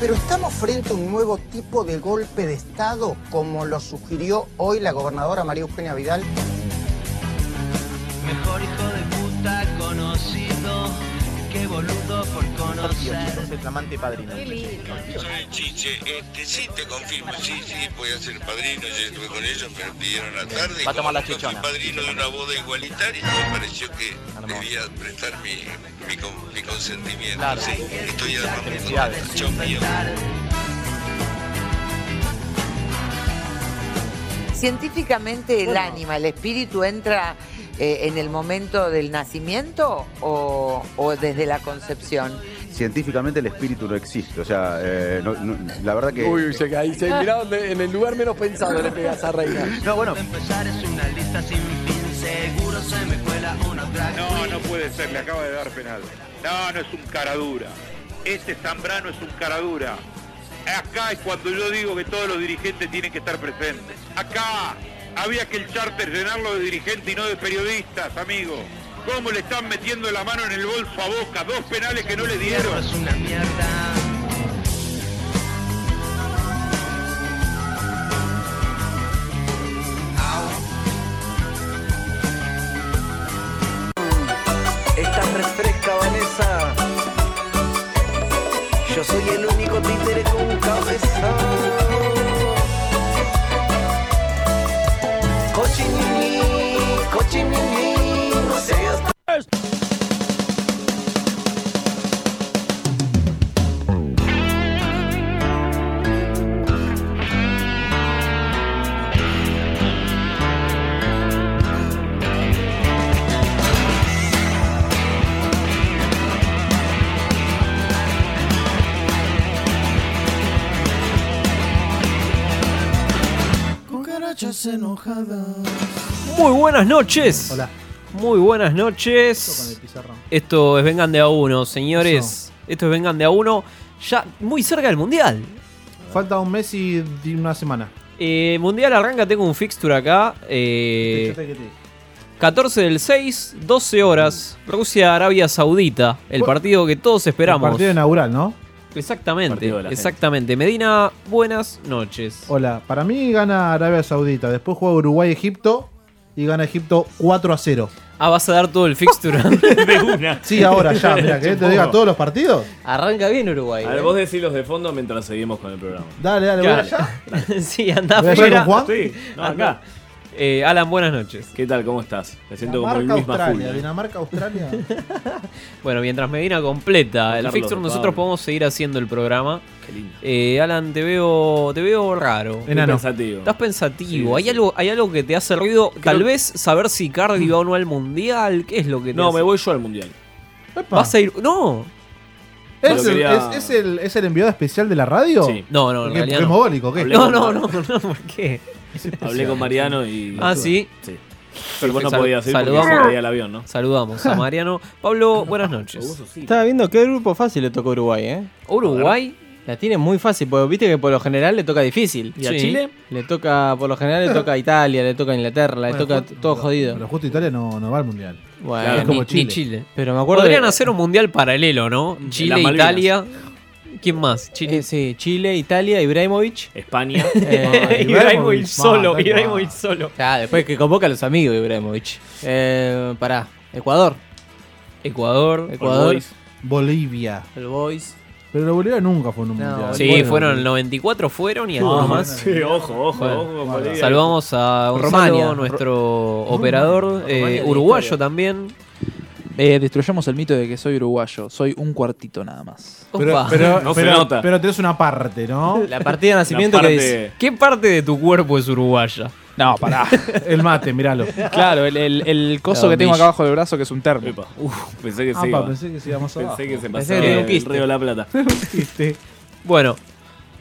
Pero estamos frente a un nuevo tipo de golpe de Estado, como lo sugirió hoy la gobernadora María Eugenia Vidal. Mejor hijo de puta conocido que boludo por conocer. flamante padrino. ¿Eh? Soy Chiche, este sí te confirmo, sí, sí, voy a ser padrino, yo estuve con ellos, me lo pidieron a la tarde. y Va a tomar la como yo chichona. Fui padrino de una boda igualitaria, me pareció que debía prestar mi, mi, con- mi consentimiento. Claro. Sí, estoy armando un Felicidades. colchón mío. Científicamente el ánima, el espíritu entra eh, en el momento del nacimiento o, o desde la concepción. científicamente el espíritu no existe. O sea, eh, no- no- la verdad que. Uy, llega ahí, se mirá donde- en el lugar menos pensado le pegas a Reina. no, bueno, Empezar es una lista sin fin, seguro se me cuela una drag No, queen. no puede ser, le acaba de dar penal. No, no es un caradura. Este Zambrano es un caradura. Acá es cuando yo digo que todos los dirigentes tienen que estar presentes. Acá había que el charter llenarlo de dirigentes y no de periodistas, amigo. ¿Cómo le están metiendo la mano en el bolso a Boca? Dos penales que no le Hierro dieron. es una mierda. Estás refresca, Vanessa. Yo soy el único títere con cabezón. Cochinini, cochinini, no seas Muy buenas noches. Hola. Muy buenas noches. Esto es Vengan de a uno, señores. Esto es Vengan de a uno. Ya muy cerca del Mundial. Falta un mes y una semana. Eh, mundial arranca, tengo un fixture acá. eh, 14 del 6, 12 horas. Rusia-Arabia Saudita. El Bu- partido que todos esperamos. Partido inaugural, ¿no? Exactamente, Partido de la gente. exactamente. Medina, buenas noches. Hola, para mí gana Arabia Saudita, después juega Uruguay-Egipto y gana Egipto 4 a 0. Ah, vas a dar todo el fixture. de una. Sí, ahora ya, mira, ¿querés que te diga todos los partidos? Arranca bien Uruguay. ¿eh? A ver, vos decís los de fondo mientras seguimos con el programa. Dale, dale, voy Claro. allá. sí, andá ¿Voy allá afuera. con Juan? Sí, no, acá. Eh, Alan, buenas noches. ¿Qué tal? ¿Cómo estás? Te siento como el Dinamarca, misma Australia, Julia. Dinamarca, Australia. Bueno, mientras Medina completa el Carlos, fixture, por nosotros favor. podemos seguir haciendo el programa. Qué lindo. Eh, Alan, te veo, te veo raro. Muy Enano. pensativo. Estás pensativo. Sí, ¿Hay, sí. Algo, ¿Hay algo que te hace ruido? Tal Creo- vez saber si Cardi va o no al mundial. ¿Qué es lo que te No, hace? me voy yo al mundial. Epa. ¿Vas a ir? No. ¿Es, Yo el, quería- es- es el, ¿Es el enviado especial de la radio? Sí. No, no, en ¿Qué, realidad qué no. mogólico, ¿qué? Hablé No, con- no, no, no, ¿por qué? Hablé con Mariano y. Ah, ¿sí? Sí. Pero vos no Sal- podías ir porque saludamos. se caía el avión, ¿no? Saludamos a Mariano. Pablo, buenas noches. Estaba viendo qué grupo fácil le tocó a Uruguay, ¿eh? Uruguay. La tiene muy fácil, porque viste que por lo general le toca difícil. ¿Y a Sí. Chile? Le toca, por lo general le toca a Italia, le toca a Inglaterra, le Bueno, toca ju- todo no, jodido. Pero justo Italia no, no va al mundial. Bueno, Claro, ni- es como ni Chile. pero me acuerdo Podrían de- Mm, hacer un mundial paralelo, ¿no? Chile, Malvinas. Italia. ¿Quién más? eh, Chile. sí, Chile, Italia, Ibrahimovic. España. Eh, Ibrahimovic, Ibrahimovic mal, solo, mal. Ibrahimovic solo. ya, después que convoca a los amigos Ibrahimovic. Eh, pará, Ecuador. Ecuador. Ecuador, Boys. Bolivia. el Boys. Pero la Bolivia nunca fue en un No, Ah, mundial. Sí, Bueno, fueron el 94, fueron y alguno más. Sí, ojo, ojo, Bueno, ojo. con Bolivia. Saludamos a Gonzalo, Rumania. nuestro operador, eh, Rumania de uruguayo historia. también. Eh, destruyamos el mito de que soy uruguayo. Soy un cuartito nada más. Pero, Opa. pero, No se pero, nota. pero tenés una parte, ¿no? La partida de La nacimiento parte- que dice. ¿Qué parte de tu cuerpo es uruguaya? No, pará. El mate, miralo. claro, el, el- el coso La que tengo acá bombilla. abajo del brazo que es un termo. Epa. Uf, pensé que Ah, se pa, iba. pensé que se íbamos a Pensé que se Pensé pasaba que tenía un el este. quiste. Río de la Plata. Bueno,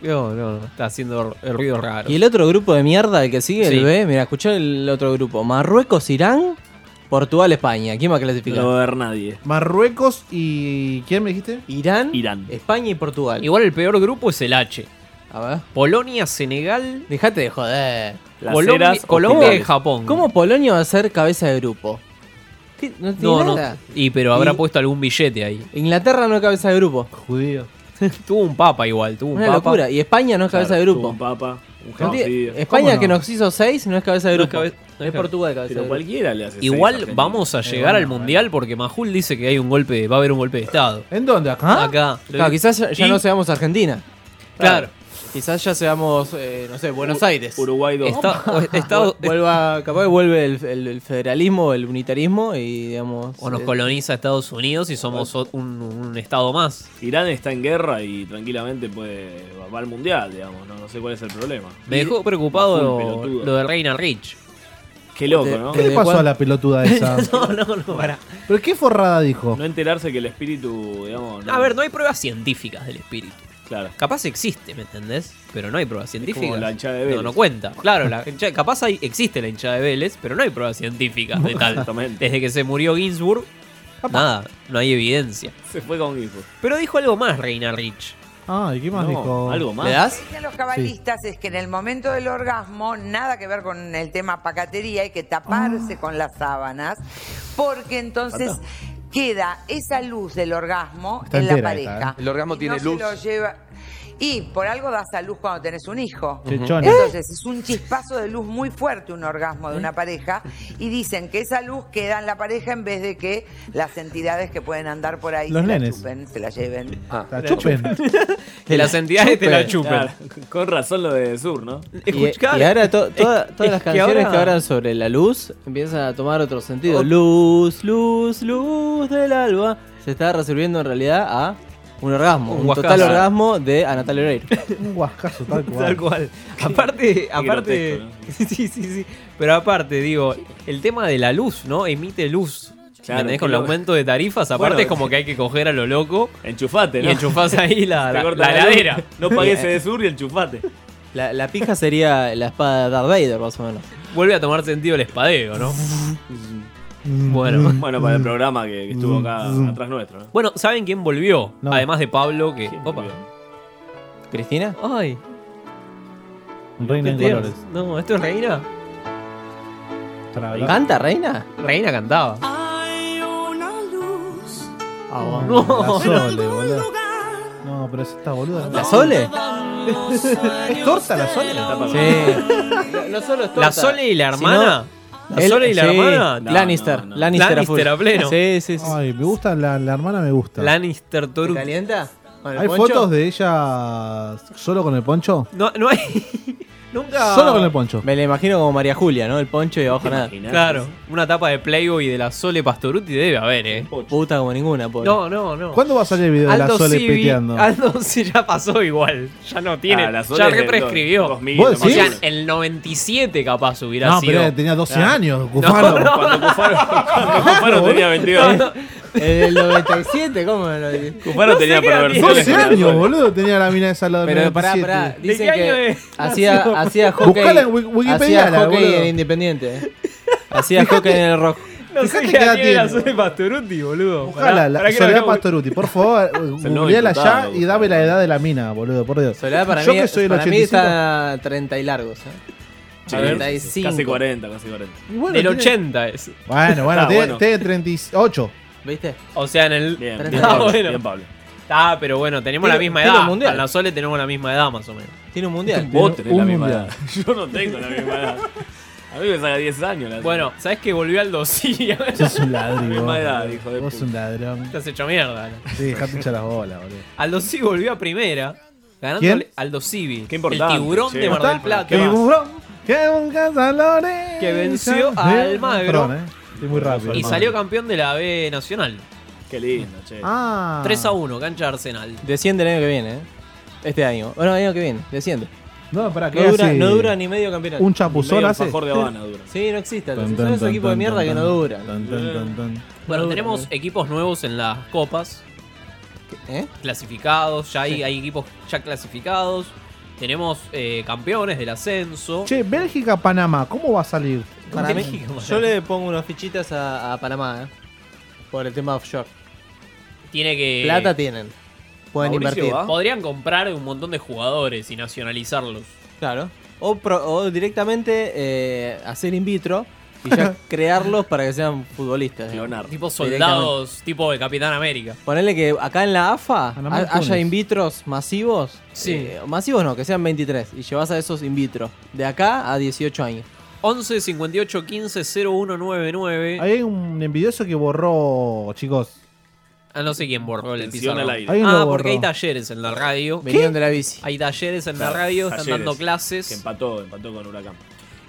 No, no, está haciendo el ruido raro. Y el otro grupo de mierda, el que sigue, Sí. el B, mira, escuchá el otro grupo. Marruecos, Irán, Portugal, España. ¿Quién va a clasificar? No va a haber nadie. Marruecos y. ¿Quién me dijiste? Irán, Irán. España y Portugal. Igual el peor grupo es el H. A ver. Polonia, Senegal. Dejate de joder. Las Colombia- eras Colombia hostiles. y Japón. ¿Cómo Polonia va a ser cabeza de grupo? ¿Qué? No tiene No, no. nada. Y pero habrá Y- puesto algún billete ahí. Inglaterra no es cabeza de grupo. Judío. Tuvo un papa igual, tuvo un Una papa. locura. Y España no es cabeza de Claro, grupo. tuvo Un papa, un No tiene- genocidio. España ¿Cómo que no? nos hizo seis no es cabeza de No es grupo. cabe- es, no es cabe- Portugal cabeza Pero de grupo. cualquiera le hace seis a Igual Argentina. vamos a llegar al mundial porque Majul dice que hay un golpe, va a haber un golpe de estado. ¿En dónde? ¿Acá? Acá. Claro, quizás ya, ya Y- no seamos Argentina. Claro. Quizás ya seamos, eh, no sé, Buenos Aires. Uruguay 2. Está- o- Estados- Vu- vuelva, capaz que vuelve el, el- el federalismo, el unitarismo y digamos. o nos eh, coloniza Estados Unidos y somos o- un, un estado más. Irán está en guerra y tranquilamente puede va al mundial, digamos. No, no sé cuál es el problema. Me dejó Majul, preocupado pelotudo. lo de Reina Rich. Qué loco, ¿no? ¿Qué le pasó a la pelotuda esa? No, no, no, pará. ¿Pero qué forrada dijo? No enterarse que el espíritu, digamos. no- A ver, no hay pruebas científicas del espíritu. Claro. Capaz existe, ¿me entendés? Pero no hay pruebas científicas. la hinchada de No, Vélez. no cuenta. Claro, la hincha- capaz hay, existe la hinchada de Vélez, pero no hay pruebas científicas de tal. Exactamente. Desde que se murió Ginsburg, nada, no hay evidencia. Se fue con Gifu. Pero dijo algo más Reina Rich. Ah, ¿y qué más No, dijo? algo más. ¿Le das? Dicen los cabalistas es que en el momento del orgasmo, nada que ver con el tema pacatería, hay que taparse Ah. con las sábanas, porque entonces queda esa luz del orgasmo Está en la entera pareja. esta, ¿eh? El orgasmo Y tiene no se luz. lo lleva- Y por algo das a luz cuando tenés un hijo. Chichones. Entonces es un chispazo de luz muy fuerte un orgasmo de una pareja y dicen que esa luz queda en la pareja en vez de que las entidades que pueden andar por ahí Los se la nenes. chupen, se la lleven. Ah. La chupen. De las entidades te la chupen. Claro, con razón lo de Sur, ¿no? Y, Escuchá, y ahora to- toda- es- todas es las que canciones que, ahora- hablan sobre la luz empiezan a tomar otro sentido. Ot- Luz, luz, luz del alba. Se está resolviendo en realidad a un orgasmo. Un Un, total guascazo. orgasmo de Anatalia Oreiro. Un guascazo tal cual. Tal cual. Eh, Aparte, aparte. grotesco, Sí, sí, sí. Pero aparte, digo, el tema de la luz, ¿no? Emite luz. Claro, ¿Entendés? qué Con el loco. aumento de tarifas, aparte Bueno, es como que hay que coger a lo loco Enchufate, y ¿no? enchufás ahí la, Te la, cortan la luz, heladera. eh, No pagues de Sur y enchufate. La, la pija sería la espada de Darth Vader, más o menos. Vuelve a tomar sentido el espadeo, ¿no? Mm, bueno. Bueno, para el programa que, que estuvo acá atrás nuestro, ¿no? Bueno, ¿saben quién volvió? No. Además de Pablo, que. Opa. ¿Cristina? Ay, Reina en qué tierno. colores. No, ¿esto es Reina? Para hablar. ¿Canta, reina? Reina cantaba. Ah, bueno. La No. Sole, boludo. No, pero esa está boluda. ¿La Sole? ¿Es torta la Sole? Sí. no, no solo es torta, La Sole y la sino- hermana. La Tota. él- Sole y la sí, hermana. No, Lannister. no, no. Lannister, a full. Lannister a pleno. Sí, sí, sí. Ay, me gusta, la, la hermana me gusta. Lannister ¿Te Toru. calienta? ¿Con el ¿Hay poncho? fotos de ella solo con el poncho? No, no hay. Nunca. Solo con el poncho. Ah, Me la imagino como María Julia, ¿no? El poncho y abajo nada. Imaginate. Claro, una tapa de Playboy de la Sole Pastoruti debe haber, eh. Puta como ninguna, pobre. No, no, no. ¿Cuándo va a salir el video de la Sole Civi- peteando? Aldo sí ya pasó igual. Ya no tiene. Ah, la Sole ya es del represcribió. dos- 2000, ¿Vos nomás. O sea, decís? en el 97 capaz hubiera No, sido. pero tenía 12 años, No, Cufaro. no. Cuando Cufaro, cuando Cufaro Ah, tenía 22. No, no, El del 97, ¿cómo? no? Cufaro No tenía sé qué edad tiene. perversiones. 12 con la años, Sole. boludo, tenía la mina esa al lado de Pero pará, pará. 97. Dicen qué año que es? hacía, hacía hockey. Buscala en Wik- Wikipedia, Hacía hockey boludo. en Independiente. eh. Hacía hockey en el rock. no sé Fíjate qué qué edad edad tiene la tiene. Sole Pastoruti, boludo. Ojalá, Pará, la pará que Soledad lo- Pastoruti, por favor, eh, novio googleala ya imputado, y dame la edad de la mina, boludo, por Dios. Soledad para, Yo mí, que soy el para mí 85. está 30 y largos. eh. Sí, 45. Casi 40, casi 40. Y bueno, Del tiene- 80 es. Bueno, bueno, Ah, tiene, bueno. tiene 38. ¿Viste? O sea, en el. Bien, Pero bien, Ah, Pablo, bueno. bien, Pablo. Ah, pero bueno, tenemos Tiro- la misma tiro edad. mundial. Con la Sole tenemos la misma edad, más o menos. Tiene un mundial. Vos tenés un la misma mundial. edad. Yo no tengo la misma edad. A mí me saca 10 años la Bueno, ¿sabes que volvió al 2? Sí, Sos un ladrón. Misma boludo. edad, hijo de Vos puta. un ladrón. Te has hecho mierda. ¿no? Sí, dejate echar las bolas, boludo. Aldo Civi volvió a primera. Ganándole ¿Quién? Aldo Civi. Qué importante, El tiburón che. de Mar del ¿Está? Plata. ¿Qué más? Tiburón, que busca salores. Que venció a Almagro. Perdón, eh. Estoy muy rápido. Y salió campeón de la B Nacional. Qué lindo, che. Ah. 3 a 1, cancha de Arsenal. Desciende el año que viene, ¿eh? Este año. Bueno, el año que viene. Desciende. No, pará, ¿qué No dura, hace? no dura ni medio campeonato. Un Medio chapuzón hace. alfajor de Habana dura. Sí, no existe. Tan, Son tan, esos tan, equipos de tan, mierda tan, que no tan, duran. tan, tan, tan, tan. Bueno, Dura, tenemos equipos nuevos en las copas. ¿Eh? Clasificados. Ya hay, hay equipos ya clasificados. Tenemos eh, campeones del ascenso. Che, Bélgica-Panamá, ¿cómo va a salir? Para mí, Bélgica, bueno. yo le pongo unas fichitas a, a Panamá, ¿eh? Por el tema offshore. Tiene Eh. que. Plata tienen. Pueden Mauricio, invertir. ¿va? Podrían comprar un montón de jugadores y nacionalizarlos. Claro. O, pro- o directamente eh, hacer in vitro y ya crearlos para que sean futbolistas. Tipo soldados, tipo el Capitán América. Ponerle que acá en la AFA Panamá ha- Túnez. haya in vitros masivos. Sí. Eh, masivos no, que sean 23. Y llevas a esos in vitro. De acá a 18 años. 11 58 15 0199. Hay un envidioso que borró, chicos. Ah, no sé quién borró el Atención pizarrón. al aire. Alguien lo Ah, porque borró. hay talleres en la radio. Vinieron de la bici. Hay talleres en la radio, están Talleres, dando clases. Que empató, empató con Huracán.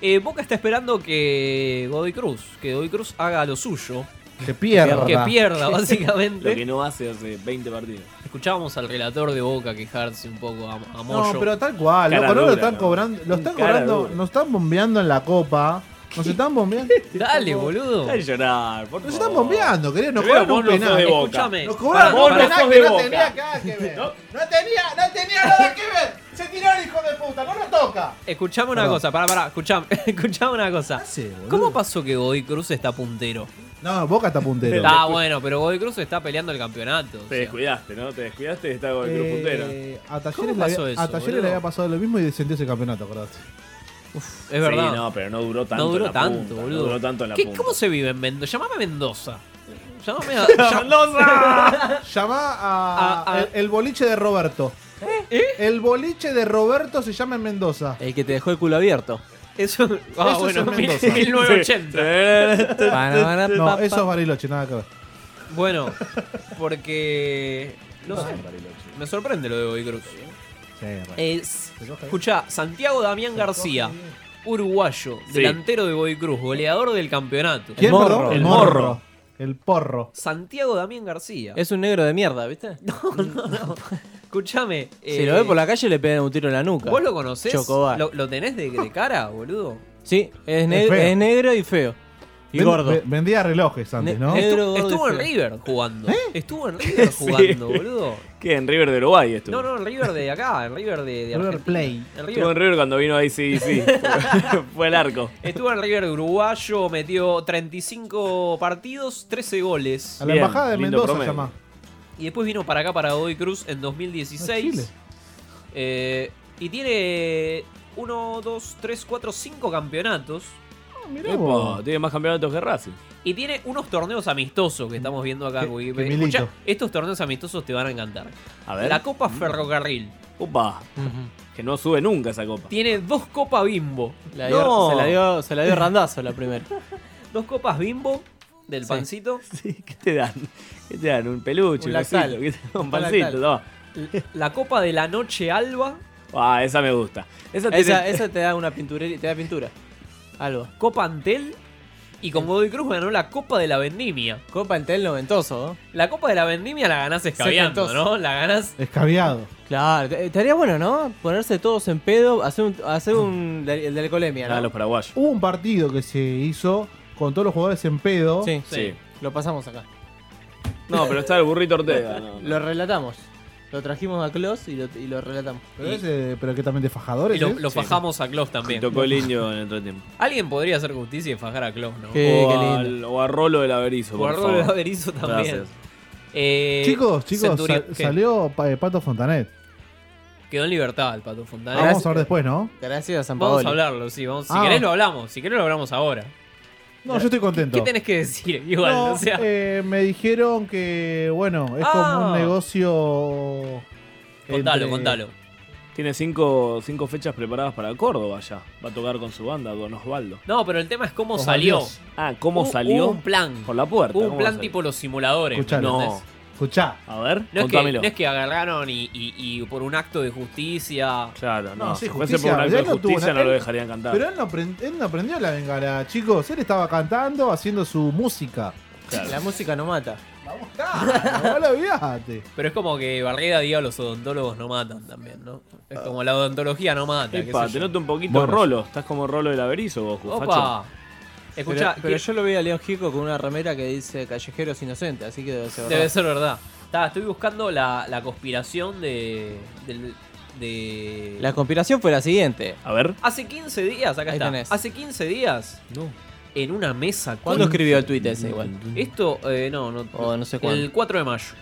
Eh, Boca está esperando que Godoy Cruz, que Godoy Cruz haga lo suyo. Que pierda. Que pierda, básicamente. Lo que no hace hace 20 partidos. Escuchábamos al relator de Boca quejarse un poco a, a No, Moyo. pero tal cual, Cara loco, no lo dura, están ¿no? cobrando, lo están Cara cobrando, dura. nos están bombeando en la copa. Nos están bombeando. Dale, boludo. Deja de llorar, por Nos favor. están bombeando, querido, nos Te veo, cobraron un vos no sos penal. de Boca. Escúchame. Nos Pará, cobraron vos no un penal sos que de no Boca. tenía nada que ver. No tenía, no tenía nada que ver. Se tiró el hijo de puta, no lo toca. Escuchame una Perdón. cosa, pará, pará, escuchame, escuchame una cosa. ¿Cómo pasó que Godoy Cruz está puntero? No, Boca está puntero. Está bueno, pero Godoy Cruz está peleando el campeonato. Te descuidaste, ¿no? Te descuidaste y está con el Eh, club puntero. a Talleres, ¿Cómo le pasó había, eso, a Talleres boludo? le había pasado lo mismo y descendió ese campeonato, acordate. Es verdad. Sí, no, pero no duró tanto. No duró en la tanto, punta, boludo. No duró tanto en la ¿Qué- punta. ¿Cómo se vive en Mendoza? Llamame a Mendoza. Llamame a. Llamá a, A- ¿Eh? a- el, el boliche de Roberto. El boliche de Roberto se llama en Mendoza. El que te dejó el culo abierto. Eso. Ah, Eso es bueno, en Mendoza. 1980. No, eso es Bariloche, nada que ver. Bueno, porque. No sé. Me sorprende lo de Godoy Cruz. Es- Escuchá, Santiago Damián García, uruguayo, Sí. delantero de Godoy Cruz, goleador del campeonato. ¿Quién, perdón? El morro. El porro. Santiago Damián García. Es un negro de mierda, ¿viste? Escúchame. Si lo ve por la calle le pegan un tiro en la nuca. Eh, ¿Vos lo conocés? Chocobar. ¿Lo, lo tenés de, de cara, boludo? Sí, es, ne- Es feo. es negro y feo. Y Ven- gordo. ve- vendía relojes antes, Ne- ¿no? negro, Estuvo, gordo y estuvo en feo. River jugando. Estuvo en River jugando, boludo. ¿Eh? ¿Qué? ¿En River de Uruguay esto? No, no, en River de acá, en River de, de Argentina. Play. Estuvo En en River- River cuando vino ahí, sí, sí. Fue el arco. Estuvo en River de Uruguayo, metió 35 partidos, 13 goles. A la Bien, embajada de lindo Mendoza promedio. llama. Y después vino para acá, para Godoy Cruz, en A Chile. 2016. Eh, y tiene 1, 2, 3, 4, 5 campeonatos. Ah, Mirá Epa, vos. tiene más campeonatos que Racing. Y tiene unos torneos amistosos que estamos viendo acá en Wikipedia. que milito. Escuchá, estos torneos amistosos te van a encantar. A ver. Mm. La Copa Ferrocarril. Opa. Que no sube nunca esa copa. Tiene dos Copas Bimbo. La dio- No. se, la dio, se la dio Randazo la primera. Dos Copas Bimbo del pancito. Sí, ¿Qué te dan? ¿Qué te dan? ¿Un peluche? Un ¿Un, lactal. osito? ¿Qué te dan? Un ¿Un pancito? lactal. toma. La Copa de la Noche Alba. Ah, esa me gusta. Esa, tiene- Esa, esa te da una pintura, te da pintura. Algo. Copa Antel. Y con Godoy Cruz ganó la Copa de la Vendimia. Copa Entel noventoso, ¿no? La Copa de la Vendimia la ganás escabeando, Setentoso. ¿no? La ganás. Escabeado. Claro, te- estaría bueno, ¿no? Ponerse todos en pedo, hacer un, hacer un el de la alcoholemia, ¿no? Ah, los paraguayos. Hubo un partido que se hizo con todos los jugadores en pedo. Sí, Sí. lo pasamos acá. No, pero está el burrito Ortega. no, no. Lo relatamos. Lo trajimos a Klaus y lo, y lo relatamos. Pero, ese- pero que también de fajadores. ¿eh? Y lo, ¿es? lo fajamos a Clos Me también. tocó el indio en el entretiempo. Alguien podría hacer justicia y fajar a Clos, ¿no? Qué- Eh, o, qué al- lindo. o a Rolo del Averizo. por Guardó el favor. Averizo también. Gracias. Eh, chicos, chicos, Centurión- sal- ¿qué? salió Pa- eh, Pato Fontanet. Quedó en libertad el Pato Ah, Fontana. vamos a ver después, ¿no? Gracias a San Vamos Paolo. a hablarlo, sí. Vamos, si Ah. querés lo hablamos, si querés lo hablamos ahora. No, yo estoy contento. ¿Qué tenés que decir? Igual, No, o sea, eh, me dijeron que, bueno, es Ah. como un negocio. contalo, entre- contalo. Tiene cinco, cinco fechas preparadas para Córdoba ya. Va a tocar con su banda, con Osvaldo. No, pero el tema es cómo Ojalá salió. Dios. Ah, ¿cómo Hubo- salió? Hubo un plan. Por la puerta. Hubo un ¿cómo plan salió? tipo los simuladores. Escuchalo. ¿entendés? No. Escuchá. A ver, No es, que, contámelo. no es que agarraron y, y- y por un acto de justicia. Claro, no. No, sí, si fuese justicia, por un acto ya de no tuvo justicia una- no lo él- dejarían cantar. Pero él no, aprend- él no aprendió la bengala, chicos. Él estaba cantando, haciendo su música. Claro. La música no mata. Vamos, dale, no lo olvidate. Pero es como que Barrera diga los odontólogos no matan también, ¿no? Es como la odontología no mata. qué Epa, sé te yo. noto un poquito Bueno. Rolo. Estás como Rolo del Averizo vos, Facho. Opa. Pero, Escuchá, pero que- yo lo vi a León Gico con una remera que dice Callejeros Inocentes, así que debe ser verdad. debe ser verdad. Está, estoy buscando la, la conspiración de, del- de de... La conspiración fue la siguiente. A ver. Hace 15 días, acá Ahí está. tenés. Hace 15 días. No. En una mesa. ¿Cuándo con- escribió el tuit ese igual? Esto, eh, no, no. O no sé cuándo. El 4 de mayo.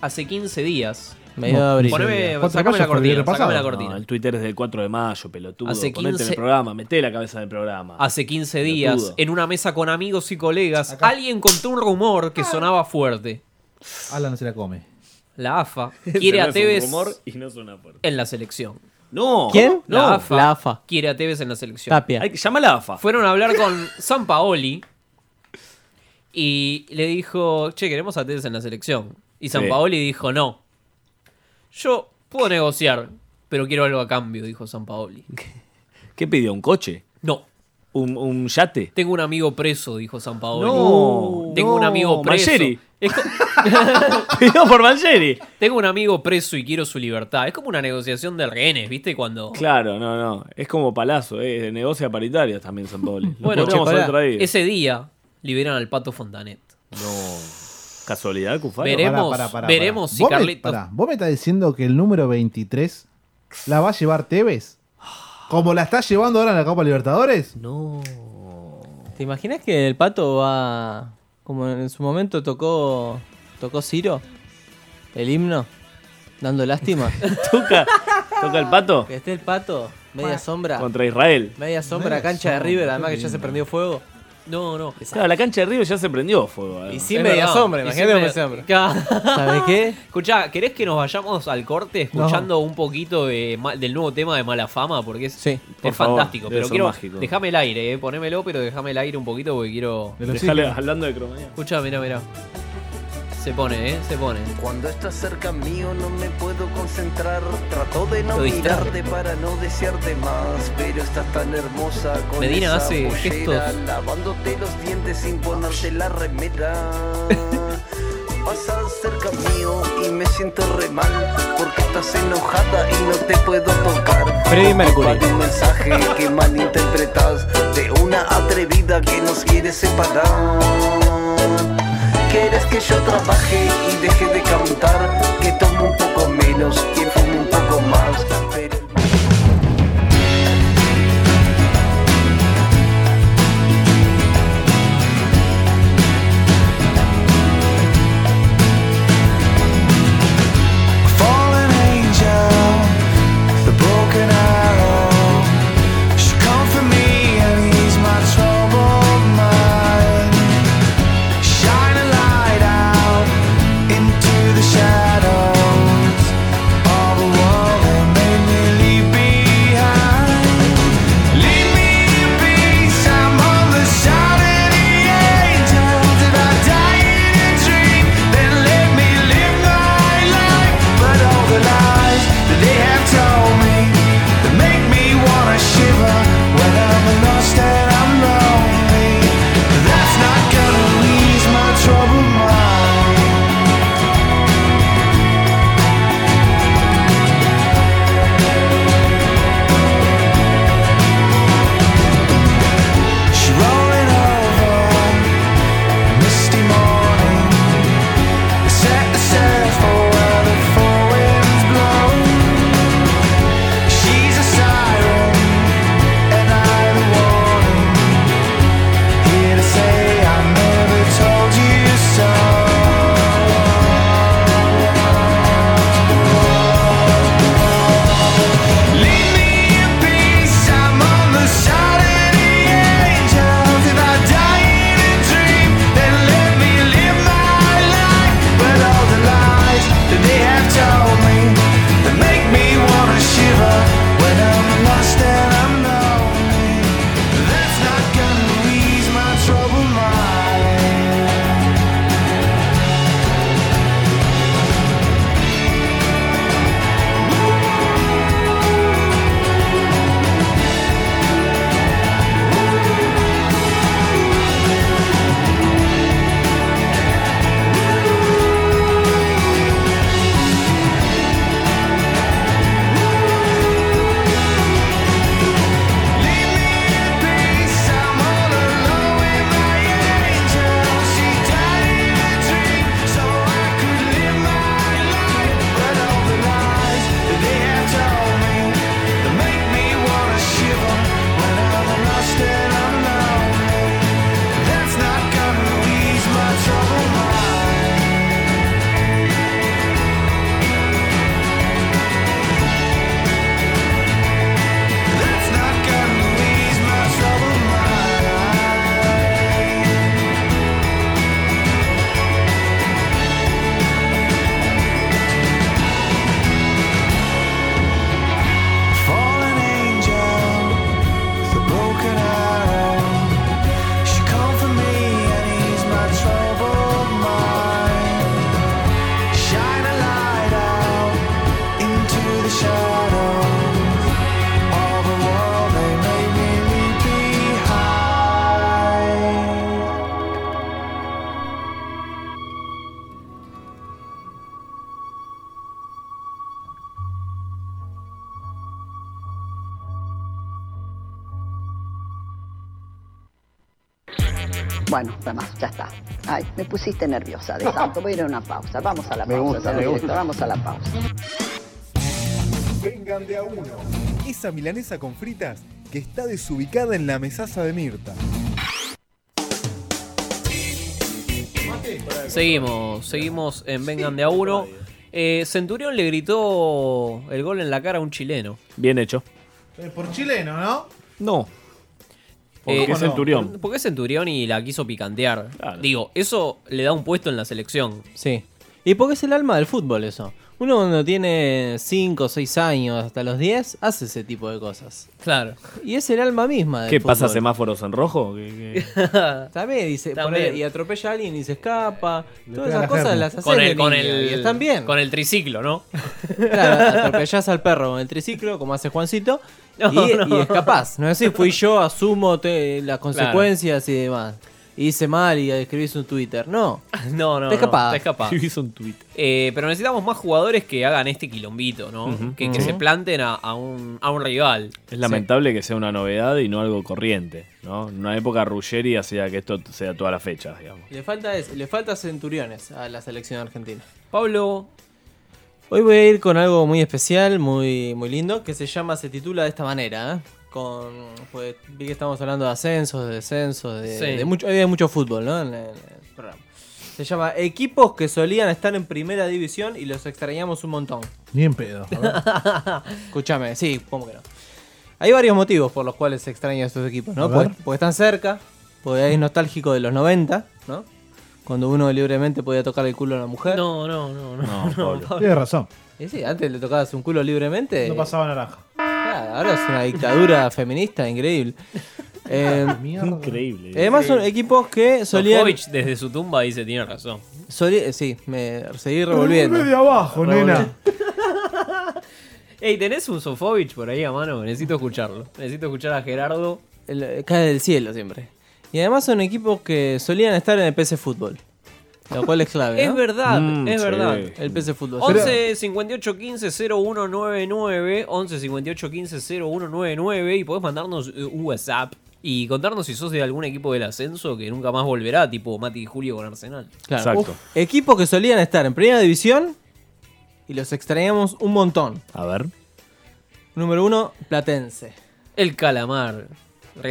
Hace 15 días. Mediados de abril. Poneme, ¿Cuatro sacame de mayo la fue el cortina, viernes sacame la pasado? cortina. No, el Twitter es del 4 de mayo, pelotudo. Hace Ponete en 15 el programa, meté la cabeza del programa. Hace 15 días, Pelotudo. en una mesa con amigos y colegas, alguien contó un rumor que sonaba fuerte. Alan se la come. La AFA quiere Ese a no es un Tevez rumor y no suena fuerte. en la selección. No. ¿Quién? La No. AFA. La Quiere a Tevez en la selección. Tapia. Hay que- llama a la AFA. Fueron a hablar con San Paoli y le dijo, che, queremos a Tevez en la selección. Y San Sí. Paoli dijo, no. Yo puedo negociar, pero quiero algo a cambio, dijo San Paoli. ¿Qué pidió? ¿Un coche? No. ¿Un, un yate? Tengo un amigo preso, dijo San Paolo. No, Tengo no, un amigo preso. Mangieri. Es co- Pidió por Mangieri. Tengo un amigo preso y quiero su libertad. Es como una negociación de rehenes, ¿viste? Cuando. Claro, no, no. Es como palazo, eh. de Negocio a paritarias también San Paoli. Lo Bueno, podríamos che, haber pará. traído. ese día liberan al pato Fontanet. No. ¿Casualidad, Cufaro? Veremos, Pará, pará, pará, veremos pará. si ¿Vos me- Carlitos. pará, ¿Vos me estás diciendo que el número 23 la va a llevar Tevez? ¿Como la está llevando ahora en la Copa Libertadores? No. ¿Te imaginas que el pato va. como en su momento tocó. tocó Ciro? El himno. Dando lástima. ¿Toca, toca el pato? Que esté el pato, media sombra. Contra Israel. Media sombra, Media cancha de sombra, River, qué además que ya se lindo. prendió fuego. No, no. Claro, la cancha de Río ya se prendió fuego. además. Y sin media sombra, imagínate con media sombra. ¿Sabés qué? Escuchá, ¿querés que nos vayamos al corte escuchando un poquito de ma- del nuevo tema de Mala Fama? Porque es, es por favor, fantástico. debe pero ser quiero. mágico. Dejame el aire, eh, ponémelo, pero dejame el aire un poquito porque quiero. Dejale, hablando de cromanía. Escuchá, mirá, mirá. Se pone, eh, se pone. Cuando estás cerca mío no me puedo concentrar. Trato de no Lo distrae. mirarte para no desearte más. Pero estás tan hermosa con Medina esa hace pollera, gestos. Lavándote los dientes sin ponerte la remera. Pasas cerca mío y me siento re mal. Porque estás enojada y no te puedo tocar. Freddie Mercury. Vale un mensaje que malinterpretas. De una atrevida que nos quiere separar. ¿Quieres que yo trabaje y deje de cantar? Que tome un poco menos, que fume un poco más. Pero fallen angel, the broken arrow. She comfort me and ease my troubled mind. Shine a light out into the shadows of Bueno, está más, ya está. Ay, me pusiste nerviosa de tanto. Voy a ir a una pausa. Vamos a la Me pausa, gusta, señor me director, gusta. Vamos a la pausa. Vengan de a uno. Esa milanesa con fritas que está desubicada en la mesaza de Mirta. Seguimos, seguimos en Vengan de a uno. Eh, Centurión le gritó el gol en la cara a un chileno. Bien hecho. Eh, Por chileno, ¿no? No. Eh, Porque es Centurión. Porque es Centurión y la quiso picantear. Digo, eso le da un puesto en la selección. Sí. Y porque es el alma del fútbol eso. Uno cuando tiene 5 o 6 años hasta los 10 hace ese tipo de cosas. Claro. Y es el alma misma del ¿Qué pasa? fútbol. ¿Semáforos en rojo? ¿Qué- qué? También dice, por También. ahí, y atropella a alguien y se escapa. Todas pega esas la cosas germa. las haces Con el- de con niño el- y están bien. Con el triciclo, ¿no? Claro, atropellás al perro con el triciclo, como hace Juancito, No, y, no. y escapás. No es así, fui yo, asumo te- las consecuencias y demás. Y hice mal y escribís un Twitter. No. No, no, Te no, escapás. te escapás. Escribís un tuit. Eh, pero necesitamos más jugadores que hagan este quilombito, ¿no? Ujú. que que Sí. se planten a, a un, a un rival. Es lamentable que sea una novedad y no algo corriente, ¿no? En una época Ruggeri hacía que esto sea toda la fecha, digamos. Le falta, es- le falta centuriones a la selección argentina. Pablo. Hoy voy a ir con algo muy especial, muy, muy lindo, que se llama, se titula de esta manera, ¿eh? Con, pues, vi que estamos hablando de ascensos, de descensos, de, Sí. de mucho, hoy hay mucho fútbol, ¿no? En el- en el programa. Se llama Equipos que solían estar en primera división y los extrañamos un montón. Ni en pedo. Escúchame, sí, ¿cómo que no? Hay varios motivos por los cuales se extrañan estos equipos, A ¿no? ver. Porque, porque están cerca, porque es nostálgico de los 90, ¿no? Cuando uno libremente podía tocar el culo a una mujer. No, no, no, no. No, Pablo. Tienes razón. Y sí, antes le tocabas un culo libremente. No pasaba naranja. Claro, ahora es una dictadura feminista increíble. Eh, Increíble. Además son equipos que solían... Sofovich desde su tumba dice, tiene razón. solí- eh, sí, me seguí revolviendo. Volvé de abajo, nena. Ey, ¿tenés un Sofovich por ahí a mano? Necesito escucharlo. Necesito escuchar a Gerardo. El- cae del cielo siempre. Y además son equipos que solían estar en el PC Fútbol. Lo cual es clave. Es ¿no? verdad, Mm, es sí. verdad. El PC Fútbol. 11 58 15 0199 11 58 15 0199 y podés mandarnos eh, un WhatsApp y contarnos si sos de algún equipo del ascenso que nunca más volverá, tipo Mati y Julio con Arsenal. Claro. Uf, equipos que solían estar en primera división y los extrañamos un montón. A ver. Número uno, Platense. El Calamar,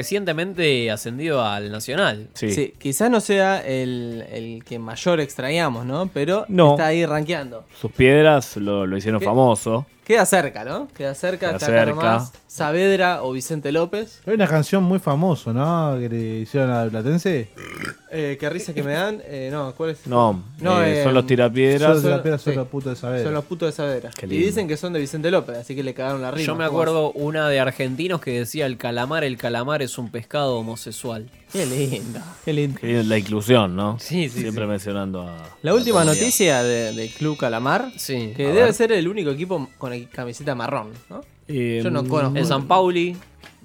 recientemente ascendido al Nacional. Sí, quizás no sea el, el que mayor extrañamos, ¿no? Pero No. está ahí rankeando. Sus piedras lo, lo hicieron ¿Qué? famoso. Queda cerca, ¿no? Queda cerca, Queda está acá cerca. nomás. Saavedra o Vicente López. Hay una canción muy famosa, ¿no? Que le hicieron a Platense. Eh, qué risa que me dan. Eh, no, ¿cuál es? No, eh, son los tirapiedras. Son los tirapiedras, son sí. los putos de Saavedra. Son los putos de Saavedra. Qué Y lindo. dicen que son de Vicente López, así que le cagaron la rima. Yo me ¿Cómo acuerdo una de argentinos que decía el calamar, el calamar es un pescado homosexual. Qué lindo, qué lindo. Que La inclusión, ¿no? Sí, sí, Siempre mencionando a. La última a todo. noticia de- del Club Calamar, que a debe ver. ser el único equipo con el- camiseta marrón, ¿no? Eh, Yo no conozco. mm, El San Pauli.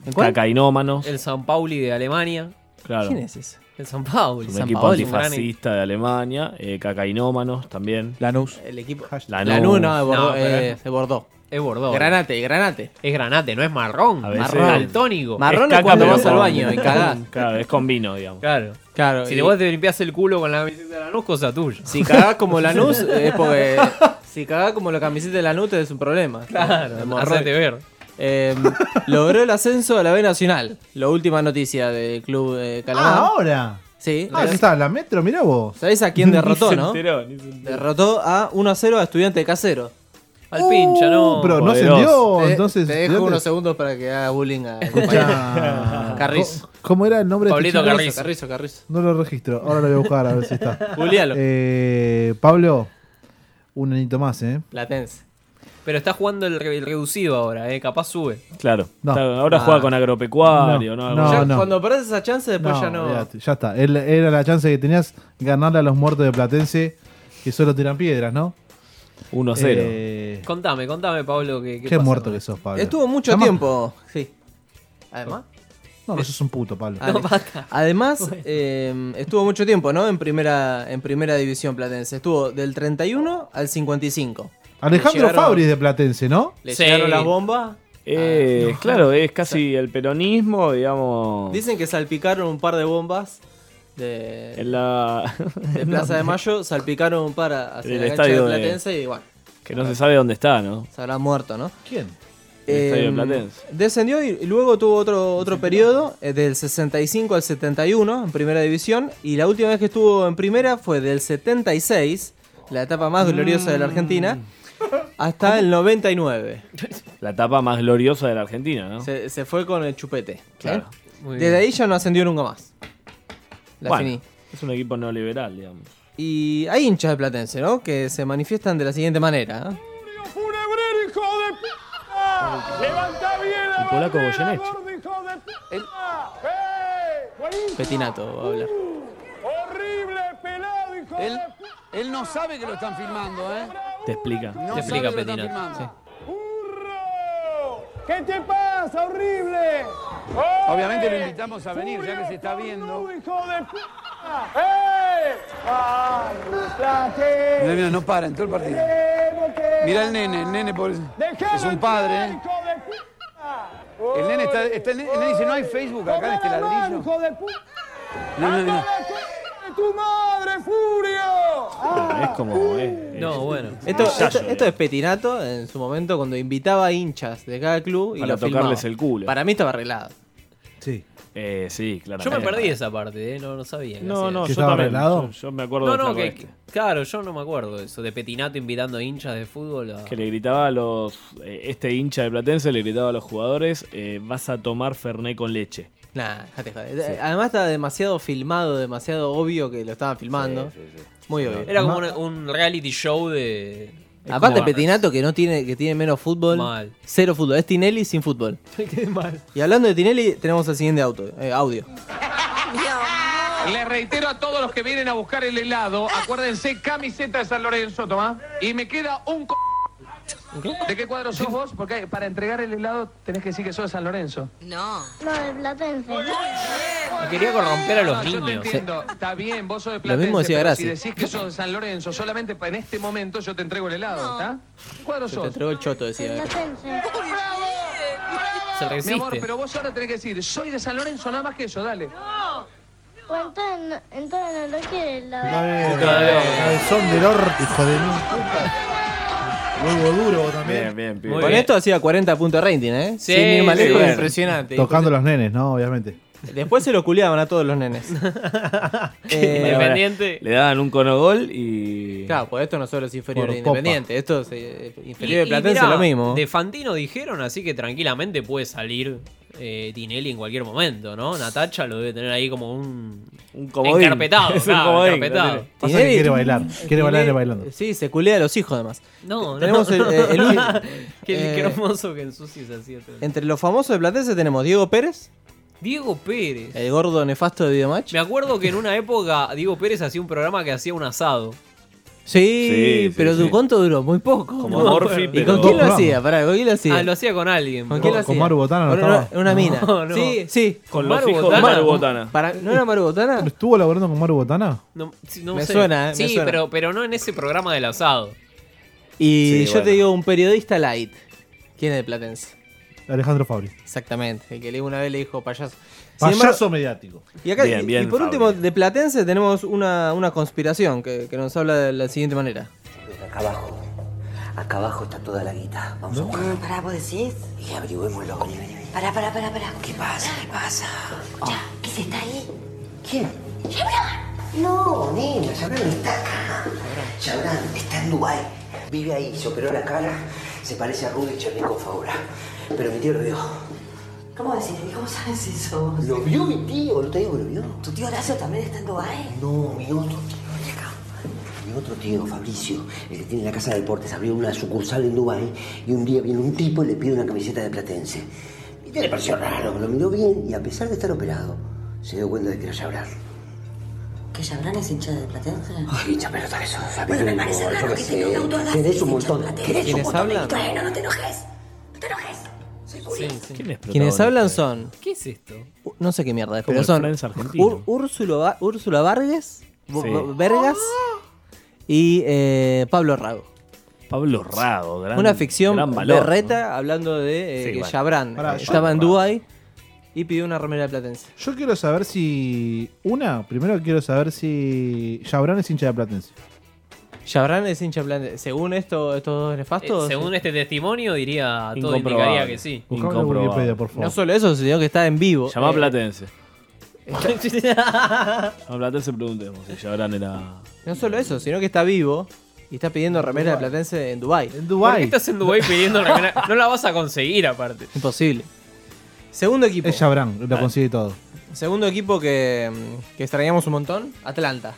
¿En cuál? Cacainómanos. El San Pauli de Alemania. Claro. ¿Quién es ese? El San Pauli. Un San equipo Paoli, un gran antifascista de Alemania. Eh, cacainómanos también. Lanús. El equipo. Lanús. Lanús, no, de Bordeaux. No, pero- eh, de Bordeaux. Es Bordeaux. Granate, granate. Es granate, no es marrón. A veces- Marrón. Daltónico. Marrón Es es caca, cuando pero vas al con- baño y cagás. Claro, es con vino, digamos. Claro. Claro. Si y- te vos te limpias el culo con la camiseta de Lanús, cosa tuya. Si cagás como Lanús, es porque. Si cagás como la camiseta de Lanús, es un problema. Claro, Como hacete Roy. ver. Eh, logró el ascenso a la B Nacional. La última noticia del club eh, Calamar. Ah, ahora. Sí. Ah, ya está, la metro, mirá vos. ¿Sabés a quién Ni derrotó, se no? enteró, derrotó a 1 a 0 a Estudiante de Casero. Al pincha, ¿no? Uh, pero no ascendió, Te- entonces. Te dejo Estudiantes- unos segundos para que haga bullying a Escucha. Carriz. ¿Cómo- ¿Cómo era el nombre de este Pablito chico? Carrizo, Carrizo, Carrizo. No lo registro, ahora lo voy a buscar a ver si está. Julialo. Eh, Pablo, un anito más, ¿eh? Platense. Pero está jugando el, re- el reducido ahora, ¿eh? Capaz sube. Claro. No. Está- ahora Ah. juega con agropecuario, ¿no? No, no, Ya- no. Cuando perdés esa chance, después ya no. olvídate, ya está. El- Era la chance que tenías ganarle a los muertos de Platense que solo tiran piedras, ¿no? 1-0. Eh, Contame, contame, Pablo, que, qué pasa? muerto que sos, Pablo. Estuvo mucho tiempo. Sí. Además. No, no sos un puto, Pablo. Ale- Además, eh, estuvo mucho tiempo, ¿no? En primera, en primera división platense. Estuvo del 31 al 55. Alejandro Le llegaron- Fabris de Platense, ¿no? Le Sí. llegaron las bombas. Eh, Claro, es casi el peronismo, digamos. Dicen que salpicaron un par de bombas de, En la. de Plaza de Mayo salpicaron un par hacia Del la cancha de estadio de- Platense y bueno, Que no se sabe dónde está, ¿no? se habrá muerto, ¿no? ¿Quién? El estadio de Platense. Em, Descendió y luego tuvo otro, otro periodo, eh, del 65 al 71 en primera división. Y la última vez que estuvo en primera fue del 76, la etapa más Mm. gloriosa de la Argentina, hasta el 99. La etapa más gloriosa de la Argentina, ¿no? Se, se fue con el chupete. ¿eh? Claro. Muy Desde bien. ahí ya no ascendió nunca más. La Bueno, finí. Es un equipo neoliberal, digamos. Y hay hinchas de Platense, ¿no? Que se manifiestan de la siguiente manera. ¿eh? Levanta bien la polaco Goyeneche. bandera, gordo, hijo de p- ¡Eh! Petinato va a hablar. Uh, Él, él no sabe que lo están filmando, ¿eh? Te explica. No Te explica sabe que lo están Petinato. filmando. ¿Qué te pasa, horrible? Obviamente lo invitamos a venir, ya que se está viendo. ¡Eh! Mirá, mirá, no para en todo el partido. Mirá el nene, el nene por- es un padre. ¿eh? El nene está, está- el nene el nene dice, no hay Facebook acá en este ladrillo. hijo de p... No, no, no. ¡Tu madre, Furio! Es como. eh, No, bueno. es Esto, un ensayo, esto, eh. esto es Petinato en su momento cuando invitaba hinchas de cada club y Para lo tocarles filmaba. el culo. Para mí estaba arreglado. Sí. Eh, sí, claro. Yo me perdí esa parte, ¿eh? no, no sabía. que No, hacía no, eso. yo también. Yo, yo me acuerdo No, de no, otra que, cosa. claro, yo no me acuerdo de eso, de Petinato invitando hinchas de fútbol a... Que le gritaba a los. eh, este hincha de Platense le gritaba a los jugadores: eh, vas a tomar Ferné con leche. Nah, dejate joder. Eh, Además estaba demasiado filmado, demasiado obvio que lo estaban filmando. Muy Eh, obvio. Era como una- un reality show de... Aparte Como- Petinato que no tiene, que tiene menos fútbol. Mal. Cero fútbol. Es Tinelli sin fútbol. Qué mal. Y hablando de Tinelli, tenemos el siguiente auto, eh, audio. Les reitero a todos los que vienen a buscar el helado, acuérdense, camiseta de San Lorenzo, Tomás. Y me queda un... co- ¿De qué cuadro sos vos? Porque para entregar el helado tenés que decir que sos de San Lorenzo. No. No, de Platense. Quería corromper a los No, yo te niños. entiendo. Está bien, vos sos de eh. Lo Platense, mismo decía pero Graci. si decís que sos de San Lorenzo, solamente pa- en este momento yo te entrego el helado, ¿está? ¿Qué cuadro Se te sos? entregó el choto, decía. Se Mi amor, resiste. pero vos ahora tenés que decir, soy de San Lorenzo, nada más que eso, dale. O entonces, no- entonces no lo quiere la Cabezón del orto, hijo de mí. Huevo duro también. Bien, Con esto hacía 40 puntos de rating, ¿eh? Sí, Sin ir más sí, lejos, bueno. impresionante. Tocando los nenes, ¿no? Obviamente. Después se lo culeaban a todos los nenes. Eh, Independiente. Le daban un conogol y. Claro, pues esto no solo es inferior Por de Independiente, esto es eh, inferior de Platense, mirá, lo mismo. De Fantino dijeron, así que tranquilamente puede salir eh, Tinelli en cualquier momento, ¿no? Natacha lo debe tener ahí como un. Un comodín. Encarpetado, Es un claro, comodín, encarpetado. lo Pasa que quiere bailar. Quiere bailar Tinelli- bailando. Sí, se culea a los hijos además. No, no. Tenemos el, eh, el último. qué, qué Eh, hermoso que ensucies así. a todo. Entre los famosos de Platense tenemos Diego Pérez, Diego Pérez. el gordo nefasto de Videomatch. Me acuerdo que en una época Diego Pérez hacía un programa que hacía un asado. Sí, Sí, pero sí, su sí. cuánto duró? Muy poco. Como Morphy, ¿Y pero- con quién lo Vamos. hacía? Pará, ¿con quién lo hacía? Ah, lo hacía con alguien. ¿Con pero- quién lo hacía? Con una, una mina. No, no. Sí, Eh, sí. Con los Maru hijos de Maru Botana. Para- ¿No era Maru Botana? ¿Estuvo laburando con Maru Botana? No, sí, no Me sé. suena, eh, me Sí, suena. Pero, pero no en ese programa del asado. Y Sí, yo bueno. te digo, un periodista light. ¿Quién es de Platense? Alejandro Fabri. Exactamente, el que le- una vez le dijo payaso. Sin Payaso embargo- mediático. Y, acá, Bien, y- bien, y por Fabri. último, de Platense tenemos una, una conspiración que, que nos habla de la siguiente manera. Acá abajo. Acá abajo está toda la guita. Vamos a buscar. Ah, No, pará, vos decís. Y averigüémoslo. Vení, vení, vení. Pará, pará, pará, pará. ¿Qué pasa? ¿Qué pasa? Oh. Ya, ¿qué se está ahí? ¿Quién? No, nena, Yabrán está acá. Yabrán está en Dubái. Vive ahí, se operó la cara. Se parece a Rudy Chernikov ahora. Pero mi tío lo vio. ¿Cómo decís? ¿Cómo sabes eso? vos? Lo vio mi tío, no te digo que lo vio. ¿Tu tío Horacio también está en Dubái? No, mi otro tío. Mi otro tío, Fabricio, el que tiene la casa de deportes, abrió una sucursal en Dubái y un día viene un tipo y le pide una camiseta de platense. Y ya le pareció raro, lo miró bien y a pesar de estar operado, se dio cuenta de que era Yabrán. ¿Que Yabrán es hincha de Platense? Ay, hincha pelota que sos. Fabi, Bueno, me no, parece raro yo qué que sé. tengas auto acá, Tenés hincha un de montón. Platense. tenés un ¿Quiénes montón de hablan? Bueno, no te enojes. No te enojes. Soy Julio. Quienes hablan son, ¿Qué es esto? no sé qué mierda es, Como pero el son Friends argentino. Ur- Úrsulo Va- Úrsula Vargas, Bo- Sí. Bo- Vergas y eh, Pablo Rago. Pablo Rago, gran- Una ficción gran valor, berreta hablando de eh, Sí, que bueno. Jabrán Pará, eh, yo- estaba en Rago. Dubái y pidió una remera de Platense. Yo quiero saber si. Una, primero quiero saber si. Yabrán es hincha de Platense. Yabrán es hincha de Platense. Según esto, estos dos nefastos. Eh, según este testimonio, diría, todo Incomprobable. indicaría que sí. Buscame en Wikipedia, por favor. No solo eso, sino que está en vivo. Llamá a Eh, Platense. está- Llamá a Platense preguntemos si Yabrán era. no solo eso, sino que está vivo y está pidiendo remera de Platense en Dubai. En ¿Por qué estás en Dubái pidiendo remera? No la vas a conseguir, aparte. Imposible. Segundo equipo. Es Yabrán, lo consigue todo. Segundo equipo que, mm, que extrañamos un montón, Atlanta.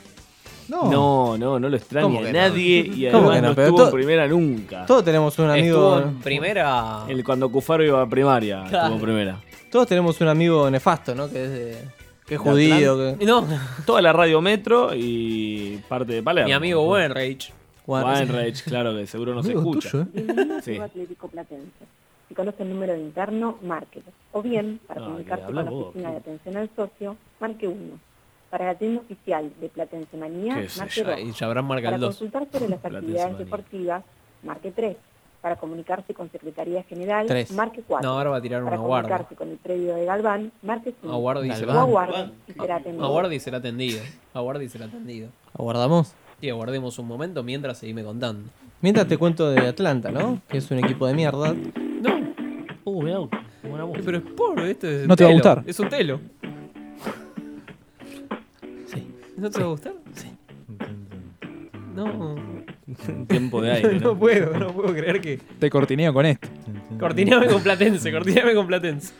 No. No, no, no lo extraña ¿Cómo que no? nadie y ¿Cómo además que no? no Pero estuvo todo- en primera nunca. Todos tenemos un amigo. Estuvo en primera. El, cuando Cufaro iba a primaria, Claro. estuvo en primera. Todos tenemos un amigo nefasto, ¿no? Que es, de- que es De judío. Atlanta. Que... No. Toda la radio Metro y parte de Palermo. Mi amigo Wenreich. Wenreich, claro que seguro no se Amigo escucha. tuyo, ¿eh? Sí. Atlético Platense. Si conoce el número interno, márquelo. O bien, para Ah, comunicarse que con habla la vos, oficina ¿qué? de atención al socio, marque 1. Para la tienda oficial de Platense Manía, ¿Qué sé marque yo? 2. Y Yabrán marca para el dos. consultar sobre las Platense actividades Manía. deportivas, marque 3. Para comunicarse con Secretaría General, Tres. marque 4. No, ahora va a tirar para una guarda. comunicarse con el predio de Galván, marque 5. Aguarde y se O va. aguarde y será atendido. Aguarde y será atendido. Aguarde y será atendido. Aguardamos. Sí, aguardemos un momento mientras seguime contando. Mientras te cuento de Atlanta, ¿no? Que es un equipo de mierda. Uh, mirá, buena voz. Pero es pobre, esto es No un te va a telo. gustar. Es un telo. ¿No te va a gustar? Sí. No. Tiempo de aire. No puedo, no puedo creer que. Te cortineo con esto. Cortiname con Platense, cortiname con Platense.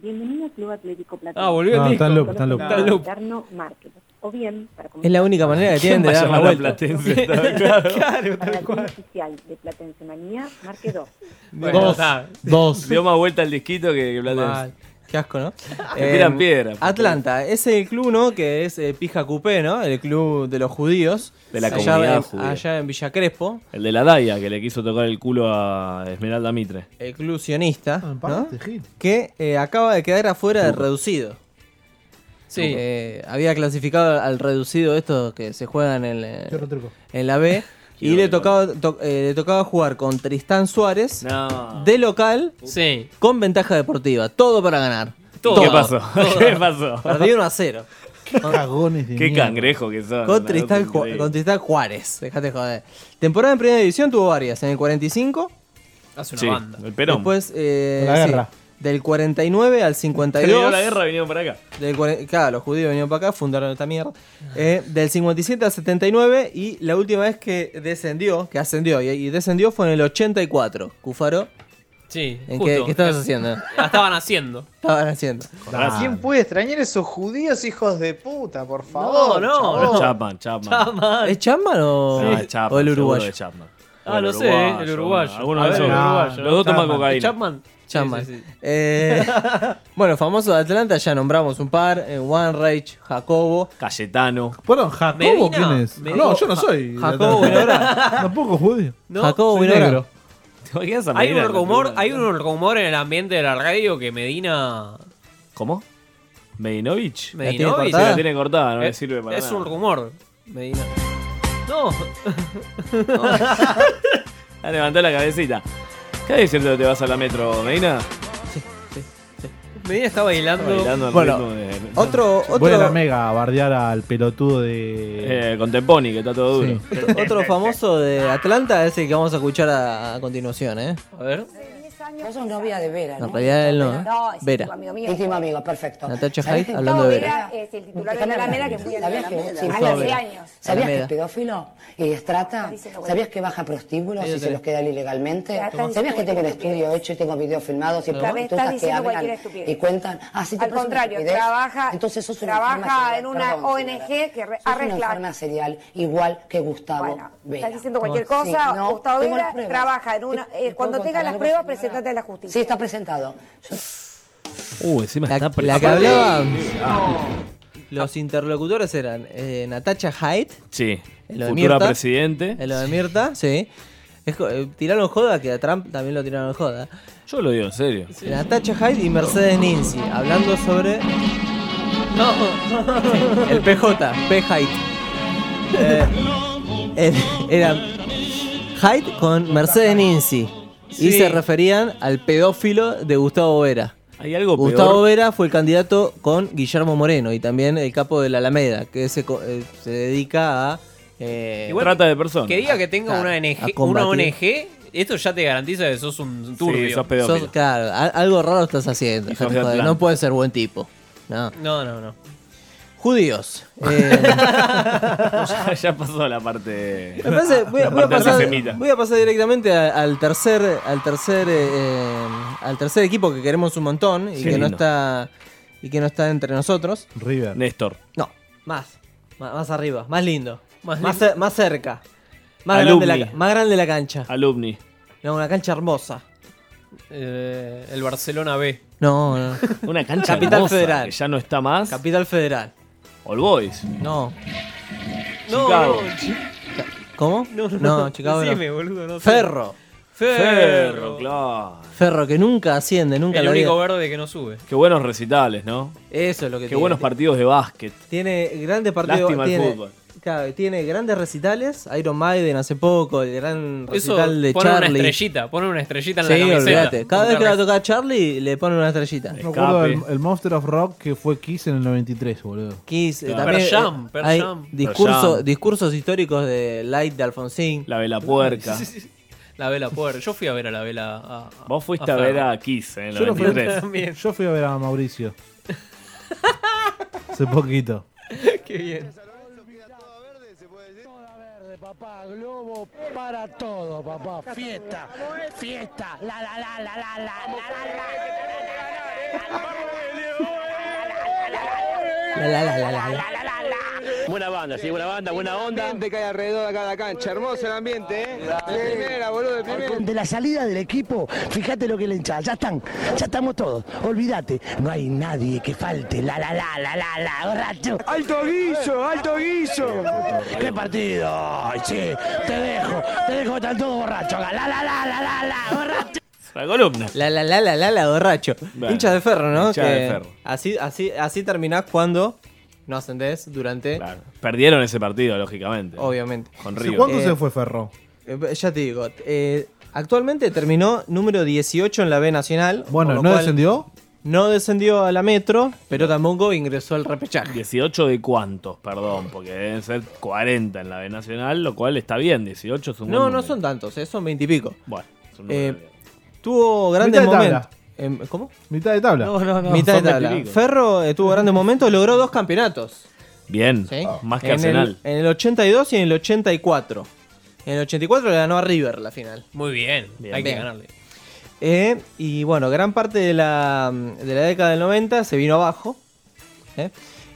Bienvenido al Club Atlético Platense. Ah, volvió el No, disco. está en loop, está en loop. Para Está en loop. comunicarse con el interno, márquelo. O bien, para Es la única manera que tienen de dar la vuelta. Para la tienda oficial de Platense Manía, marque 2. Bueno, Ah. está. Dos. Dio más vuelta al disquito que, que Platense. Mal. Qué asco, ¿no? Te tiran piedra. Eh, Atlanta, es el club, ¿no? Que es eh, Pija Cupé, ¿no? El club de los judíos. De la allá comunidad en, judía. Allá en Villa Crespo. El de la Daya, que le quiso tocar el culo a Esmeralda Mitre. El club sionista. Ah, ¿no? este Que eh, acaba de quedar afuera del reducido. Sí. Eh, había clasificado al reducido estos que se juegan en, eh, Chorro turco. en la B. Y le tocaba, to- eh, le tocaba jugar con Tristán Suárez de local con ventaja deportiva. Todo para ganar. ¿Qué pasó? Todo. ¿Qué pasó? Perdieron a cero. Qué cagones de Qué mierda. cangrejo que son. Con una Tristán, cosa Ju- increíble. con Tristán Juárez. Dejate de joder. Temporada en primera división tuvo varias. En el 45. Hace una Sí, banda. el Perón. Después. eh, Con la sí, guerra. del 49 Terminó al 52. la guerra vinieron para acá. Del cuare- claro, los judíos vinieron para acá, fundaron esta mierda. Eh, del 57 al 79 y la última vez que descendió, que ascendió y, y descendió fue en el 84. Cufaro, Sí. ¿en justo. qué, qué estabas haciendo? La estaban haciendo. Estaban haciendo. razón. ¿Quién puede extrañar esos judíos hijos de puta, por No, favor? no, no. no. Chapman, Chapman. ¿Es Chapman o, No, o es Chapman, el seguro uruguayo? que es Chapman. Ah, El no sé, uruguayo, el uruguayo. Alguno A de ver, esos. el uruguayo. Los dos toman Chapman. cocaína. Chapman. Chapman. Sí, sí, sí. Eh, bueno, famoso de Atlanta, ya nombramos un par. eh, One Rage, Jacobo. Cayetano. Bueno, Jacobo, Medina, ¿quién es? Medina. No, yo no soy. Jacobo Winograd. Tampoco judío. No, Jacobo soy Winograd. negro. Hay un rumor, hay un rumor en el ambiente de la radio que Medina. ¿Cómo? Medinovich. ¿La tiene Medinovich. cortada? La tiene cortada, no le Eh, sirve para Es nada. un rumor, Medina. No. Ah, levantó la cabecita. ¿Qué es cierto que te vas a la metro, Medina? Medina está bailando. Está bailando al Bueno, ritmo de- Otro, otro, Voy a la mega a bardear al pelotudo de. Eh, con Temponi, que está todo duro. otro famoso de Atlanta es el que vamos a escuchar a, a continuación, ¿eh? A ver. Vos sos novia de Vera, ¿no? En realidad él no, ¿eh? No, es Vera. íntimo amigo mío. Íntimo amigo, perfecto. Natacha ¿Sabés Hyde que hablando Gustavo de Vera. es el titular de Alameda que fui a ¿Sabías que, sí, Gustavo Vera. ¿Sabías que Alameda. es pedófilo y estrata? ¿Sabías que baja prostíbulos Ahí y lo se tenés. los queda ilegalmente? Está diciendo ¿Sabías que tengo un estudio hecho y tengo videos filmados y Está prostitutas que diciendo hablan cualquier estupidez. y cuentan? Ah, sí, te Al parece una contrario, estupidez. trabaja- Entonces sos una trabaja enferma serial. en una Perdón, ONG señora. que re- Sos una arregla- enferma serial, igual que Gustavo Vera. Estás diciendo cualquier Sí, cosa. no, Gustavo tengo Vera las pruebas. trabaja en una. eh, ¿Te- te cuando puedo tenga contar las algo, pruebas, señora? presentate a la justicia. Sí, está presentado. Yo- Uh, encima está pre- La que aparte- hablaba. Ah. Los interlocutores eran eh, Natacha Hyde. Sí. en lo de Futura Mirta, presidente. en lo de Mirta, sí. Es co- eh, tiraron joda, que a Trump también lo tiraron joda. Yo lo digo en serio. Natacha Hyde y Mercedes Ninzi, hablando sobre No. el PJ, P. Hyde. Eh, eh, era Hyde con Mercedes Ninzi. Y Sí. se referían al pedófilo de Gustavo Vera. Hay algo Gustavo peor. Vera fue el candidato con Guillermo Moreno y también el capo de la Alameda, que se, co- eh, se dedica a. eh, Igual Que diga que tenga Claro, una, a ONG, combatir. una ONG, esto ya te garantiza que sos un turbio. Sos- claro, a- algo raro estás haciendo. Y sos Joder, de Atlanta. no puedes ser buen tipo. No. No, no, no. Judíos. Eh, ya, ya pasó la parte. Me parece, voy, a- la voy a parte pasar, antisemita. voy a pasar directamente a- al tercer, al tercer, eh, eh, al tercer equipo que queremos un montón y Sí, que no lindo. está y que no está entre nosotros. River. Néstor. No, más, más, más arriba, más lindo, más, más, cer- más cerca, más grande, Alumni. la, ca- más grande la cancha. Alumni. No, una cancha hermosa. Eh, el Barcelona B. No, no. Una cancha Capital hermosa, Federal. que ya no está más. Capital Federal. All Boys. No. No, Chicago. no, chi- ¿Cómo? No, no, no. Chicago. no. Decime, boludo, no sé. Ferro. Ferro, claro. Ferro que nunca asciende, nunca el lo único verde que no sube. Qué buenos recitales, ¿no? Eso es lo que Qué tiene. buenos partidos de básquet. Tiene grandes partidos. Lástima el tiene, fútbol. claro, tiene grandes recitales. Iron Maiden hace poco, el gran Eso, recital de ponen una Charlie. estrellita, ponen una estrellita en sí, la camiseta. olvídate. Cada vez que la Contra- toca Charlie, le ponen una estrellita. Me acuerdo del el Monster of Rock que fue Kiss en el 93, boludo. Kiss, eh, Claro. también, Pearl eh, Jam, Pearl hay Jam. discurso- Pearl Jam. discursos históricos de Light de Alfonsín. La vela puerca. Sí, sí, sí. La vela puerta. Yo fui a ver a la vela. a- a- Vos fuiste a Ferro. ver a Kiss en el Yo, no fui, 93. También. yo fui a ver a Mauricio. Hace poquito. Qué bien. Papá, globo para todo, papá. Fiesta, fiesta. La la la la la la La, la, la, la, la, la. Buena banda, sí, buena banda, buena onda. Gente que hay alrededor acá de la cancha. Hermoso el ambiente, ¿eh? De primera, boludo, de primera. De la salida del equipo, fíjate lo que le hinchada. Ya están, ya estamos todos. Olvídate, no hay nadie que falte. La la la la la la, borracho. ¡Alto guiso! ¡Alto guiso! ¡Qué partido! Ay, sí, te dejo, te dejo, están todos borrachos. acá. La la la la la la, borracho. La columna. La la la la la la borracho. Bueno, hincha de ferro, ¿no? hincha de Ferro. Así, así, así terminás cuando no ascendés durante. Perdieron ese partido, lógicamente. Obviamente. Con ¿Hace River. ¿Cuándo se fue Ferro? Eh, Ya te digo, eh, actualmente terminó número 18 en la B Nacional. Bueno, con lo ¿no cual descendió? No descendió a la Metro, pero tampoco ingresó al repechaje. 18 de cuántos, perdón, porque deben ser 40 en la B Nacional, lo cual está bien, 18 es un No, buen no número. son tantos, eh, son 20 y pico. Bueno, son Eh, tuvo grandes Mitad de momentos. tabla. Em, ¿Cómo? Mitad de tabla. Mitad de Son tabla. Ah, 20 y pico. Ferro eh, tuvo grandes momentos, logró dos campeonatos. Bien, ¿sí? más que en Arsenal. El, en el 82 y en el 84. En el 84 le ganó a River la final. Muy bien. Hay que Bien. ganarle. Eh, y bueno, gran parte de la, de la década del 90 se vino abajo. ¿eh?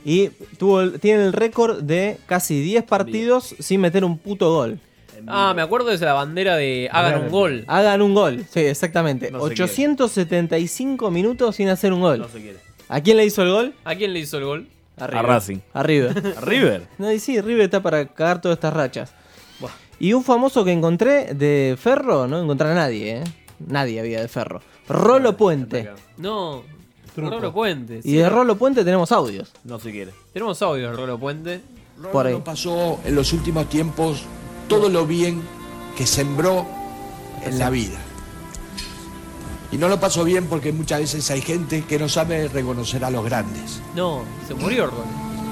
Y tuvo, el- tiene el récord de casi 10 partidos sin meter un puto gol. Ah, me acuerdo de la bandera de hagan un gol. Hagan un gol, sí, exactamente. No se quiere. 875 minutos sin hacer un gol. No se quiere. ¿A quién le hizo el gol? ¿A quién le hizo el gol? A Racing. A River. ¿A River? No, y sí, River está para cagar todas estas rachas. Y un famoso que encontré de Ferro, no encontré a nadie, ¿eh? Nadie había de Ferro. Ah, Rolo Puente. No. Rolo Puente. Y de Rolo Puente tenemos audios. No se quiere. Tenemos audio de Rolo Puente. Por ahí. Rolo pasó en los últimos tiempos todo lo bien que sembró en la vida. Y no lo pasó bien porque muchas veces hay gente que no sabe reconocer a los grandes. No, se murió Rolo.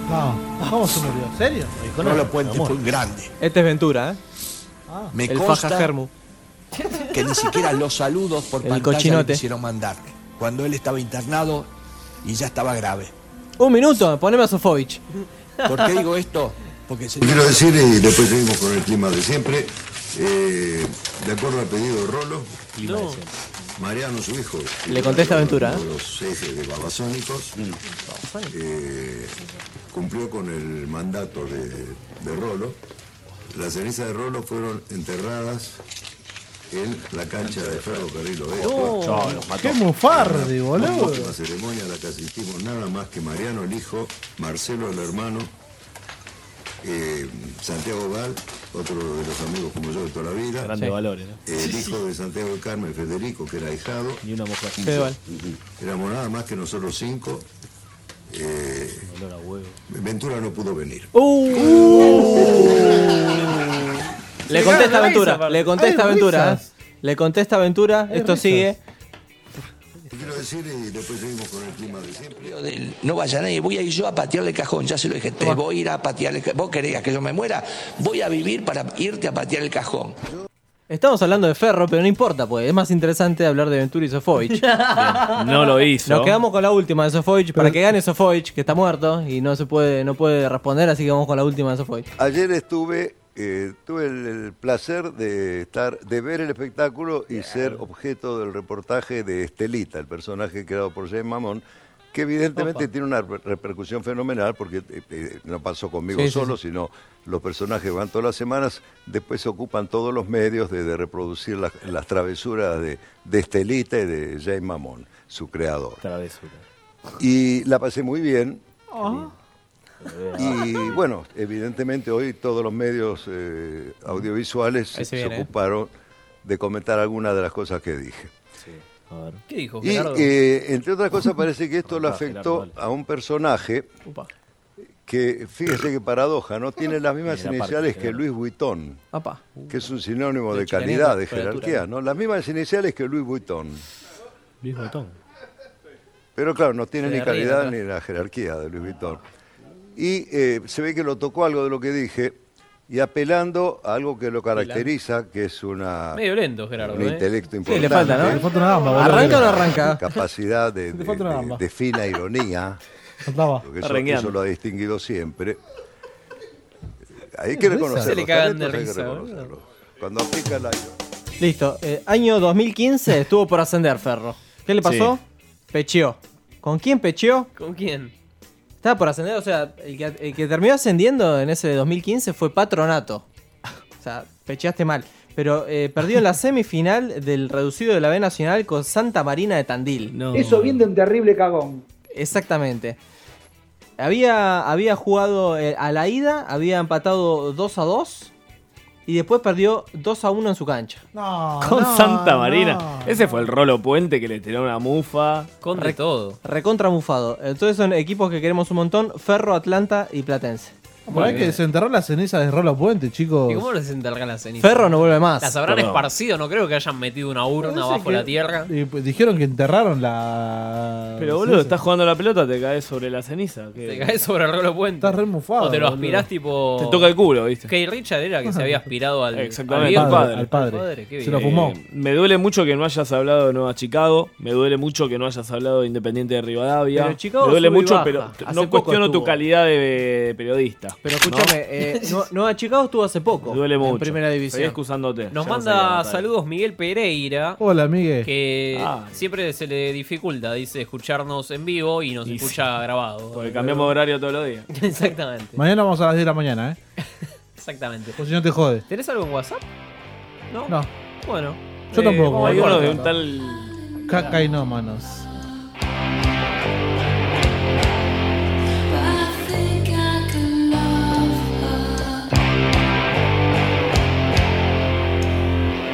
No, ¿cómo se murió? ¿En serio? Rolo Puente fue un grande. Este es Ventura, ¿eh? Me el consta Faja Germu. que ni siquiera los saludos por El pantalla cochinote. le quisieron mandar. Cuando él estaba internado y ya estaba grave. Un minuto, poneme a Sofovich. ¿Por qué digo esto? Porque se... Lo quiero decir, y después seguimos con el clima de siempre, eh, de acuerdo al pedido de Rolo, Mariano, su hijo, Le contesta Ventura, ¿eh? Mm. los jefes de Babasónicos, eh, cumplió con el mandato de, de Rolo. Las cenizas de Rolo fueron enterradas en la cancha de Ferro Carril Oeste. Oh. No, Chao, los mató. qué mufarde, boludo. Una última ceremonia a la que asistimos nada más que Mariano el hijo, Marcelo el hermano, eh, Santiago Gal, otro de los amigos como yo de toda la vida. Grandes Sí. valores, ¿no? Eh, El hijo de Santiago del Carmen, Federico, que era ahijado. Y una mujer. Y Fede yo. Val. Ujú. Éramos nada más que nosotros cinco. Eh, Ventura no pudo venir. Le Se contesta cagan de Ventura, risa, le contesta Hay Ventura. risas. ¿eh? Le contesta Ventura, esto sigue. Quiero decir y después seguimos con el clima de siempre. del- no vaya nadie, voy a ir yo a patearle el cajón, ya se lo dije, te voy a ir a patearle el cajón, vos querés que yo me muera, voy a vivir para irte a patear el cajón. Estamos hablando de Ferro, pero no importa, pues es más interesante hablar de Venturi y Sofovich. No lo hizo. Nos quedamos con la última de Sofovich para que gane Sofovich, que está muerto y no se puede, no puede responder, así que vamos con la última de Sofovich. Ayer estuve, eh, tuve el, el placer de estar, de ver el espectáculo y ser objeto del reportaje de Estelita, el personaje creado por James Mamón, que evidentemente tiene una re- repercusión fenomenal porque eh, eh, no pasó conmigo Sí, sí, solo, sí. sino los personajes van todas las semanas, después se ocupan todos los medios de, de reproducir las, las travesuras de, de Estelita y de James Mamón, su creador. Y la pasé muy bien. Y bueno, evidentemente hoy todos los medios eh, audiovisuales Ahí se se, viene, ¿eh? ocuparon de comentar algunas de las cosas que dije. ¿Qué dijo Y Gerardo? eh, entre otras cosas parece que esto le Opa, afectó Gerardo, a un personaje Upa. que, fíjese qué paradoja, no tiene las mismas Mira, aparte, iniciales que Gerardo. Luis Vuitton, Apa. que es un sinónimo De de chicanismo, calidad, de literatura, jerarquía, ¿no? Las mismas iniciales que Luis Vuitton. Luis Botón. Pero claro, no tiene Se ni derrite, calidad ¿no? ni la jerarquía de Luis Vuitton. Y eh, se ve que lo tocó algo de lo que dije y apelando a algo que lo caracteriza, que es una, Medio lento, Gerardo. un ¿eh? intelecto Sí, importante. le falta, ¿no? ¿Arranca o no arranca? Capacidad de, de- falta una de- gamba. de fina ironía, Faltaba. porque eso, Arranqueando. eso lo ha distinguido siempre. Hay Qué que risa. reconocerlo. Se le cagan talentos de hay que risa, reconocerlo. Cuando aplica la... Listo, eh, año 2015 estuvo por ascender Ferro. ¿Qué le pasó? Pecheó. ¿Con quién pecheó? ¿Con quién? Estaba por ascender, o sea, el que, el que terminó ascendiendo en ese 2015 fue Patronato. O sea, pecheaste mal. Pero eh, perdió en la semifinal del reducido de la B Nacional con Santa Marina de Tandil. Eso bien de un terrible cagón. Exactamente. Había, había jugado eh, a la ida, había empatado 2 a 2 y después perdió 2 a 1 en su cancha. No, Con Santa Marina. Ese fue el Rolo Puente que le tiró una mufa. Con de todo. Recontramufado. Entonces son equipos que queremos un montón: Ferro, Atlanta y Platense. Por ahí que desenterró la ceniza de Rolo Puente, chicos. ¿Y cómo les entergan las cenizas? Ferro no vuelve más. Las habrán Perdón. esparcido, no creo que hayan metido una urna bajo la tierra. Y, pues, dijeron que enterraron la. Pero boludo, ceniza. estás jugando la pelota, te caes sobre la ceniza. Te caes sobre el rolo puente. Estás re mufado, O te lo boludo. aspirás tipo. Te toca el culo, ¿viste? Kay Richard era que se había aspirado al. Exactamente, viejo. al padre. Al padre. qué Eh, bien. me duele mucho que no hayas hablado de Nueva Chicago. Me duele mucho que no hayas hablado de Independiente de Rivadavia. Pero Chicago me duele sube y mucho, baja. pero t- Hace no poco cuestiono tu estuvo. calidad de, de periodista. Pero escúchame, eh, Nue- Nueva Chicago estuvo hace poco. Me duele mucho. En primera división. Seguí excusándote. Nos Ya no sabía manda nada. saludos Miguel Pereira. Hola, Miguel. Que Ah. siempre se le dificulta, dice, escucharnos en vivo y nos Y sí. escucha grabado. Porque cambiamos de horario todos los días. Exactamente, Mañana vamos a las 10 de la mañana, ¿eh? exactamente. Por Pues si no te jode. ¿Tenés algo en WhatsApp? No. Eh, No. Bueno. Yo tampoco. vamos al Hay uno corte. de un tal- Caca y no manos.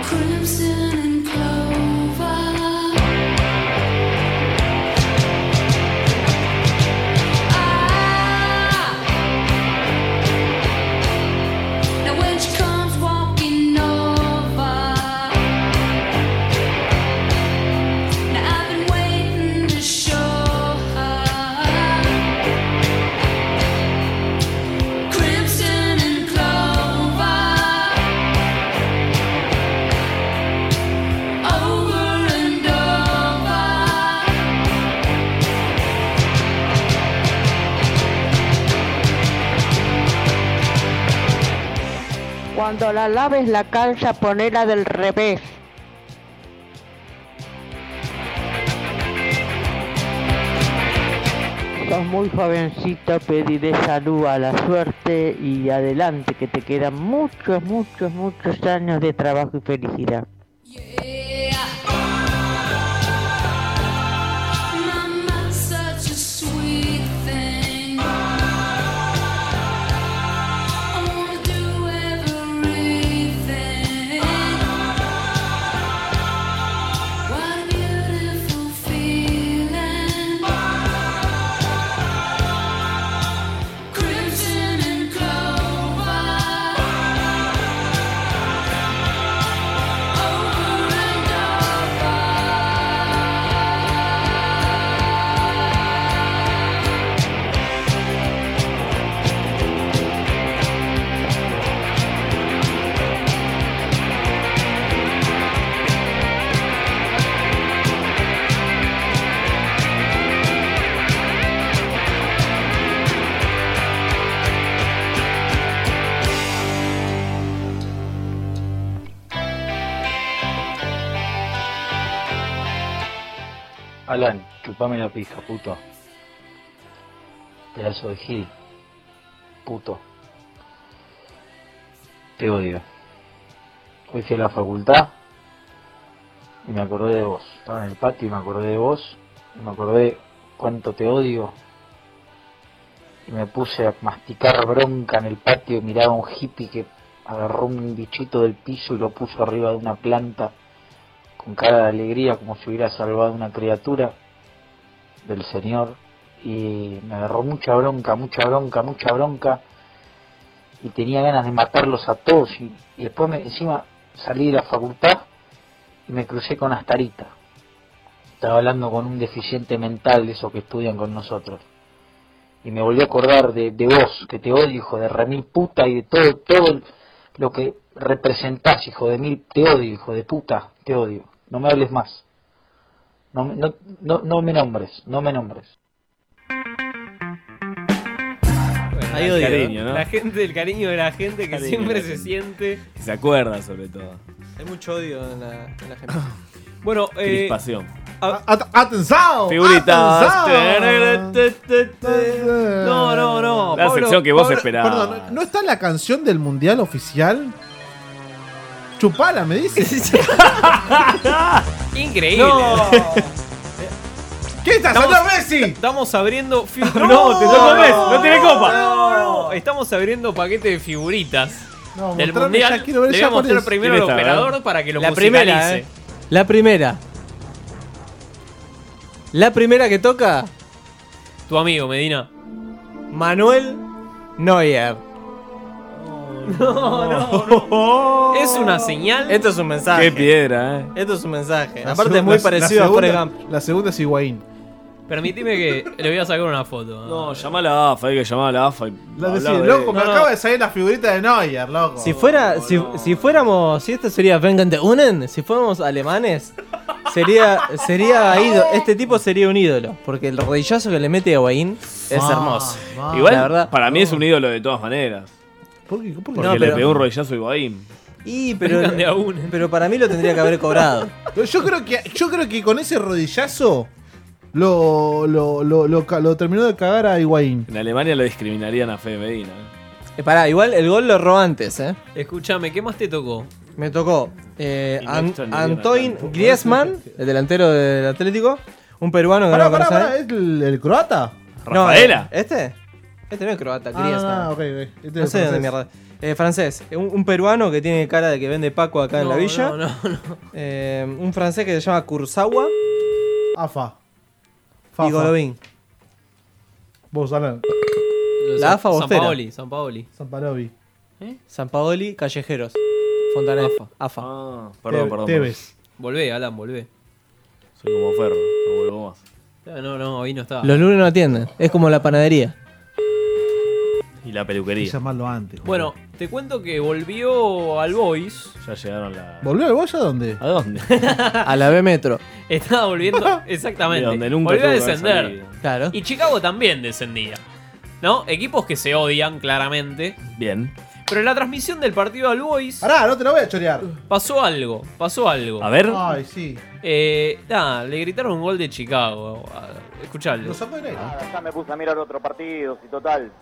Crimson and clover. Ah! Now when she comes walking over, now I've been waiting to show her crimson and clover, over and Cuando la laves la calza, ponela del revés. Sos muy jovencito, pediré salud a la suerte y adelante, que te quedan muchos, muchos, muchos años de trabajo y felicidad. Mama's such a sweet thing. I wanna do everything. What a beautiful feeling. Crimson and clover. Alan, chupame la pija, puto. Pedazo de Gil. Puto. Te odio. Hoy fui a la facultad y me acordé de vos. Estaba en el patio y me acordé de vos. Y me acordé cuánto te odio. Y me puse a masticar bronca en el patio y miraba a un hippie que agarró un bichito del piso y lo puso arriba de una planta con cara de alegría como si hubiera salvado una criatura del Señor y me agarró mucha bronca, mucha bronca, mucha bronca y tenía ganas de matarlos a todos y, y después me- encima salí de la facultad y me crucé con Astarita. Estaba hablando con un deficiente mental de esos que estudian con nosotros. Y me volví a acordar de, de vos, que te odio, hijo de remil puta, y de todo, todo lo que representás, hijo de mil, te odio, hijo de puta, te odio. No me hables más. No, me- no, no, no me nombres, no me nombres. Hay El odio, cariño, ¿eh? ¿no? La gente, el cariño de la gente que Cariño, siempre se cariño. siente. Se acuerda sobre todo. Hay mucho odio en la, en la gente. Bueno, eh, Crispación. a- ¡Atención! Figuritas. eh, No, no, no. La Pablo- sección que vos Pablo- esperabas. Ah. Perdón, ¿no está la canción del mundial oficial? Chupala, me dice. Increíble. No. ¿Qué estás haciendo, Messi? Estamos abriendo. fi- No, te tocó Messi, no tiene copa. No, no. Estamos abriendo paquete de figuritas. No, del mostrame, mundial. ya quiero ver Le ya voy a mostrar cuál es. primero al ¿Quién está, eh? operador verdad? para que lo La musicalice. primera, ¿eh? La primera. La primera que toca, Tu amigo, Medina. Manuel Neuer. No, no, Es una señal. Esto es un mensaje. Qué piedra, eh. Esto es un mensaje. La Aparte segunda- es muy la parecido a segunda- Forrest Gump. La segunda es Higuaín. Permitime que le voy a sacar una foto. No, llamá a la AFA, hay que llamar a la AFA. y Lo hablar decís, de- loco, me No, no. acaba de salir la figurita de Neuer, loco. Si fuera, si, si fuéramos, si esto sería Vengan de Unen, si fuéramos alemanes, sería, sería ídolo. Este tipo sería un ídolo, porque el rodillazo que le mete a Wayne es Ah, hermoso. ah. Igual, para mí es un ídolo de todas maneras. ¿Por qué? ¿Por Porque No, le pero- pegó un rodillazo a Higuaín. Y, pero, Vengan de a pero para mí lo tendría que haber cobrado. Pero Yo creo que, yo creo que con ese rodillazo lo, lo, lo, lo ca- lo terminó de cagar a Higuaín. En Alemania lo discriminarían a Fede Medina. eh. Eh, pará, igual el gol lo robó antes, eh. Escúchame, ¿qué más te tocó? Me tocó eh, Y no An- extrañaría Antoine nada tampoco. Griezmann, el delantero del Atlético, un peruano que Pará, no lo pará, conocen. pará, ¿es el, el croata? No, ¿Rafaela? eh, ¿Este? Este no es croata, Ah, Griezmann. ok, ok. Este es no sé de dónde francés. mierda. Eh, francés, un, un peruano que tiene cara de que vende Paco acá en No, la villa. no, no, no. Eh, un francés que se llama Kurzawa AFA. y Golovin. Vos, Alan. La AFA San Bostera. Paoli, San Paoli. ¿Eh? San Palovi. San Paoli, Callejeros. Fontana AFA. AFA. Ah, Perdón, perdón. Tevez. Volvé, Alan, volvé. Soy como Ferro, no vuelvo más. Ah, No, no, ahí no estaba. Los lunes no atienden. Es como la panadería. Y la peluquería. llamarlo antes. Bueno, te cuento que volvió al Boys. Ya llegaron la. ¿Volvió al Boya a dónde? ¿A dónde? A la B Metro. Estaba volviendo. Exactamente. De donde nunca volvió a tuvo que haber descender. salido. Claro. Y Chicago también descendía. ¿No? Equipos que se odian, claramente. Bien. Pero en la transmisión del partido al Boys Pará, no te lo voy a chorear. pasó algo. Pasó algo. A ver. Ay, sí. Eh, nada, le gritaron un gol de Chicago. Ah, Escuchalo. Ah, Ya me puse a mirar otro partido, si total.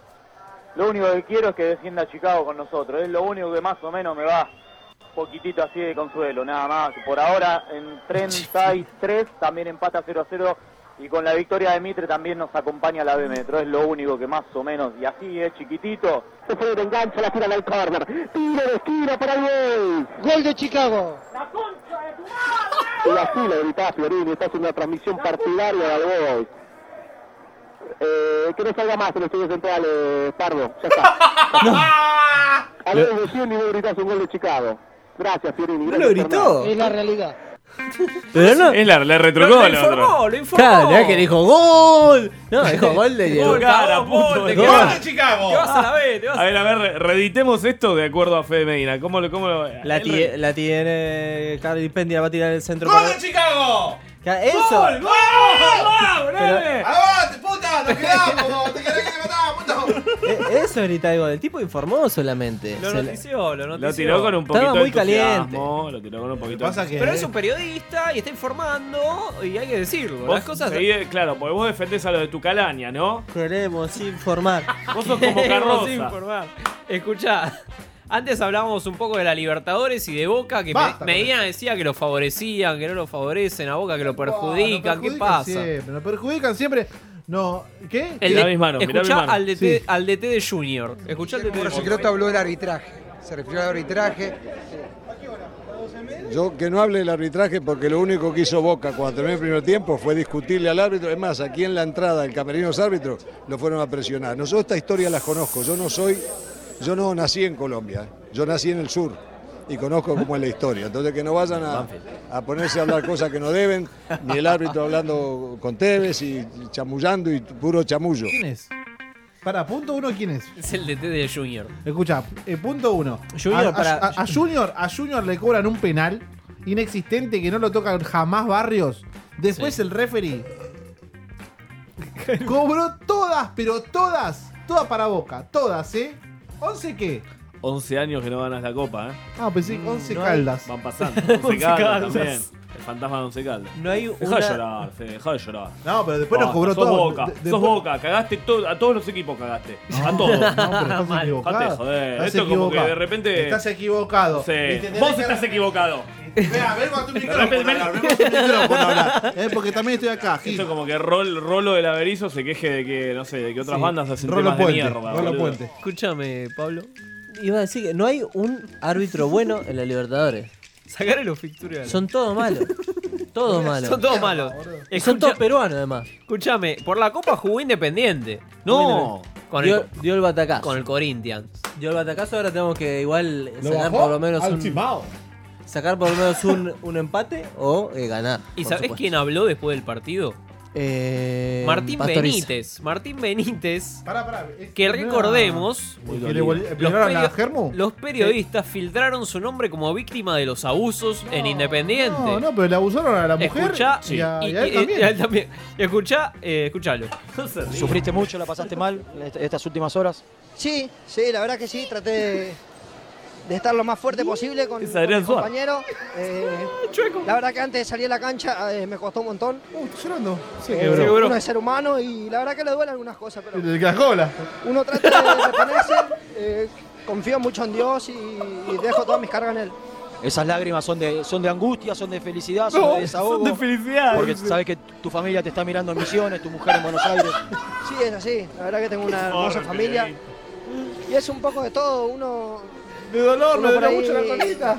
Lo único que quiero es que defienda a Chicago con nosotros. Es lo único que más o menos me va un poquitito así de consuelo, nada más. Por ahora en 33 también empata 0 a 0 y con la victoria de Mitre también nos acompaña la B Metro. Es lo único que más o menos, y así es chiquitito. Se engancha, la tira del córner. Tiro de esquina para el gol. Gol de Chicago. Y así le gritaba Fiorini, está haciendo una transmisión partidaria de Boys. Eh, que no salga más en los estudios centrales, eh, Pardo, ya está. A ver, recién y vos gritás un gol de Chicago. Gracias, Fiorini. No gracias, lo gritó. Fernando. Es la realidad. Pero no. Es la, le retrucó Lo- el lo otro. lo informó. Claro, mirá que le dijo gol. No, dijo gol de Diego. Gol, cara, puto, de gol. Chicago. Te Chicago. Te vas a la B, te vas A ver, a ver, re- reeditemos esto de acuerdo a Fede Medina. ¿Cómo lo.? Cómo lo La, él ti- re- la tiene Carly Pendia, va a tirar el centro. ¡Gol para- de Chicago! Ca- ¡Eso! ¡Gol, gol, gol, Pero- breve! ¡Aguante, puta! ¡Nos quedamos! ¡Te querés que te matamos, puta! E- Eso es Taigo. El tipo informó solamente. Lo Se- notició, lo notició. Lo tiró con un poquito Estaba muy de entusiasmo, caliente. Lo tiró con un poquito pasa de que- Pero es un periodista y está informando y hay que decirlo. Vos Las cosas. seguí- claro, porque vos defendés a lo de tu calaña, ¿no? Queremos informar. Vos sos como Queremos Carroza. informar. Escuchá. Antes hablábamos un poco de la Libertadores y de Boca, que me- Basta con Medina decía que lo favorecían, que no lo favorecen, a Boca que lo perjudican. ¿Qué pasa? Ah, Siempre, nos perjudican siempre. No, ¿qué? El ¿Qué? de- escuchá al DT, Sí. al DT de Junior. Escuchá al DT de Junior. Secreto habló del arbitraje. Se refirió al arbitraje. Yo que no hable del arbitraje porque lo único que hizo Boca cuando terminó el primer tiempo fue discutirle al árbitro. Es más, aquí en la entrada, el camerino de los árbitros lo fueron a presionar. Nosotros esta historia las conozco. Yo no soy, yo no nací en Colombia, ¿eh? yo nací en el sur y conozco cómo es la historia. Entonces que no vayan a, a ponerse a hablar cosas que no deben, ni el árbitro hablando con Tevez y chamullando y puro chamullo. ¿Quién es? Para, punto uno, ¿quién es? Es el DT de Junior. Escucha, eh, punto uno. Junior a, a- para- a- a Junior, a Junior le cobran un penal inexistente que no lo tocan jamás Barrios. Después el referee cobró todas, pero todas, todas para Boca, todas, ¿eh? ¿11 qué? 11 años que no ganas la copa, ¿eh? Ah, pensé 11 caldas. Van pasando. 11 Once caldas Caldas. también. El fantasma de 11 caldas. No hay Dejá una- de llorar, Fede, dejá de llorar. No, pero después nos Basta, cobró sos todo. Boca, De- sos después- Boca, cagaste todo, a todos los equipos cagaste. a todos. No, pero estás equivocado. Dejate de joder. Estás Esto es como que equivocado. de repente. Estás equivocado. Sí. Y te tenés Vos que- estás equivocado. Eh, porque también estoy acá. Esto es como que Rol- Rolo del Averizo se queje de que, no sé, de que otras Sí. bandas hacen Rolo temas de Puente, mierda. Rolo boludo. Puente. Escúchame, Pablo. Iba a decir que no hay un árbitro bueno en la Libertadores. Sacar los ficturiales. Son todos malos. Todos malos. Son todos malos. Y son todos peruanos, además. Escúchame, por la Copa jugó Independiente. No. Con Dio- el, dio el batacazo. Con el Corinthians. Dio el batacazo, ahora tenemos que igual ¿Lo sacar bajó? por lo menos Al un, sacar por lo menos un, un empate o eh, ganar. ¿Y por sabés supuesto. quién habló después del partido? Eh, Martín Pastoriza. Benítez. Martín Benítez. Pará, pará. Que no era- recordemos. Muy ¿Que le dolido. vol- violaron a Germu? los periodistas filtraron su nombre como víctima de los abusos en Independiente. No, no, pero le abusaron a la mujer Escuchá, y, a, y- y a él y- también. y a él también. Escuchá, eh, escuchalo. ¿Sufriste mucho? ¿La pasaste mal en est- estas últimas horas? Sí, sí, la verdad que sí, traté de, de estar lo más fuerte posible con, Es con Adrián mi Suárez. compañero. Eh, la verdad que antes de salir a la cancha eh, me costó un montón. Uh, llorando. Se Eh, quebró. uno es ser humano y la verdad que le duelen algunas cosas, pero De la cola. uno trata de reponerse. eh, confío mucho en Dios y, y dejo todas mis cargas en él. Esas lágrimas son de, son de angustia, son de felicidad, son No, de desahogo. son de felicidad. Porque sabes que tu familia te está mirando en Misiones, tu mujer en Buenos Aires. Sí, es así. La verdad que tengo una Por hermosa familia. Y es un poco de todo. Uno. De dolor, uno me por duele ahí, mucho la colita.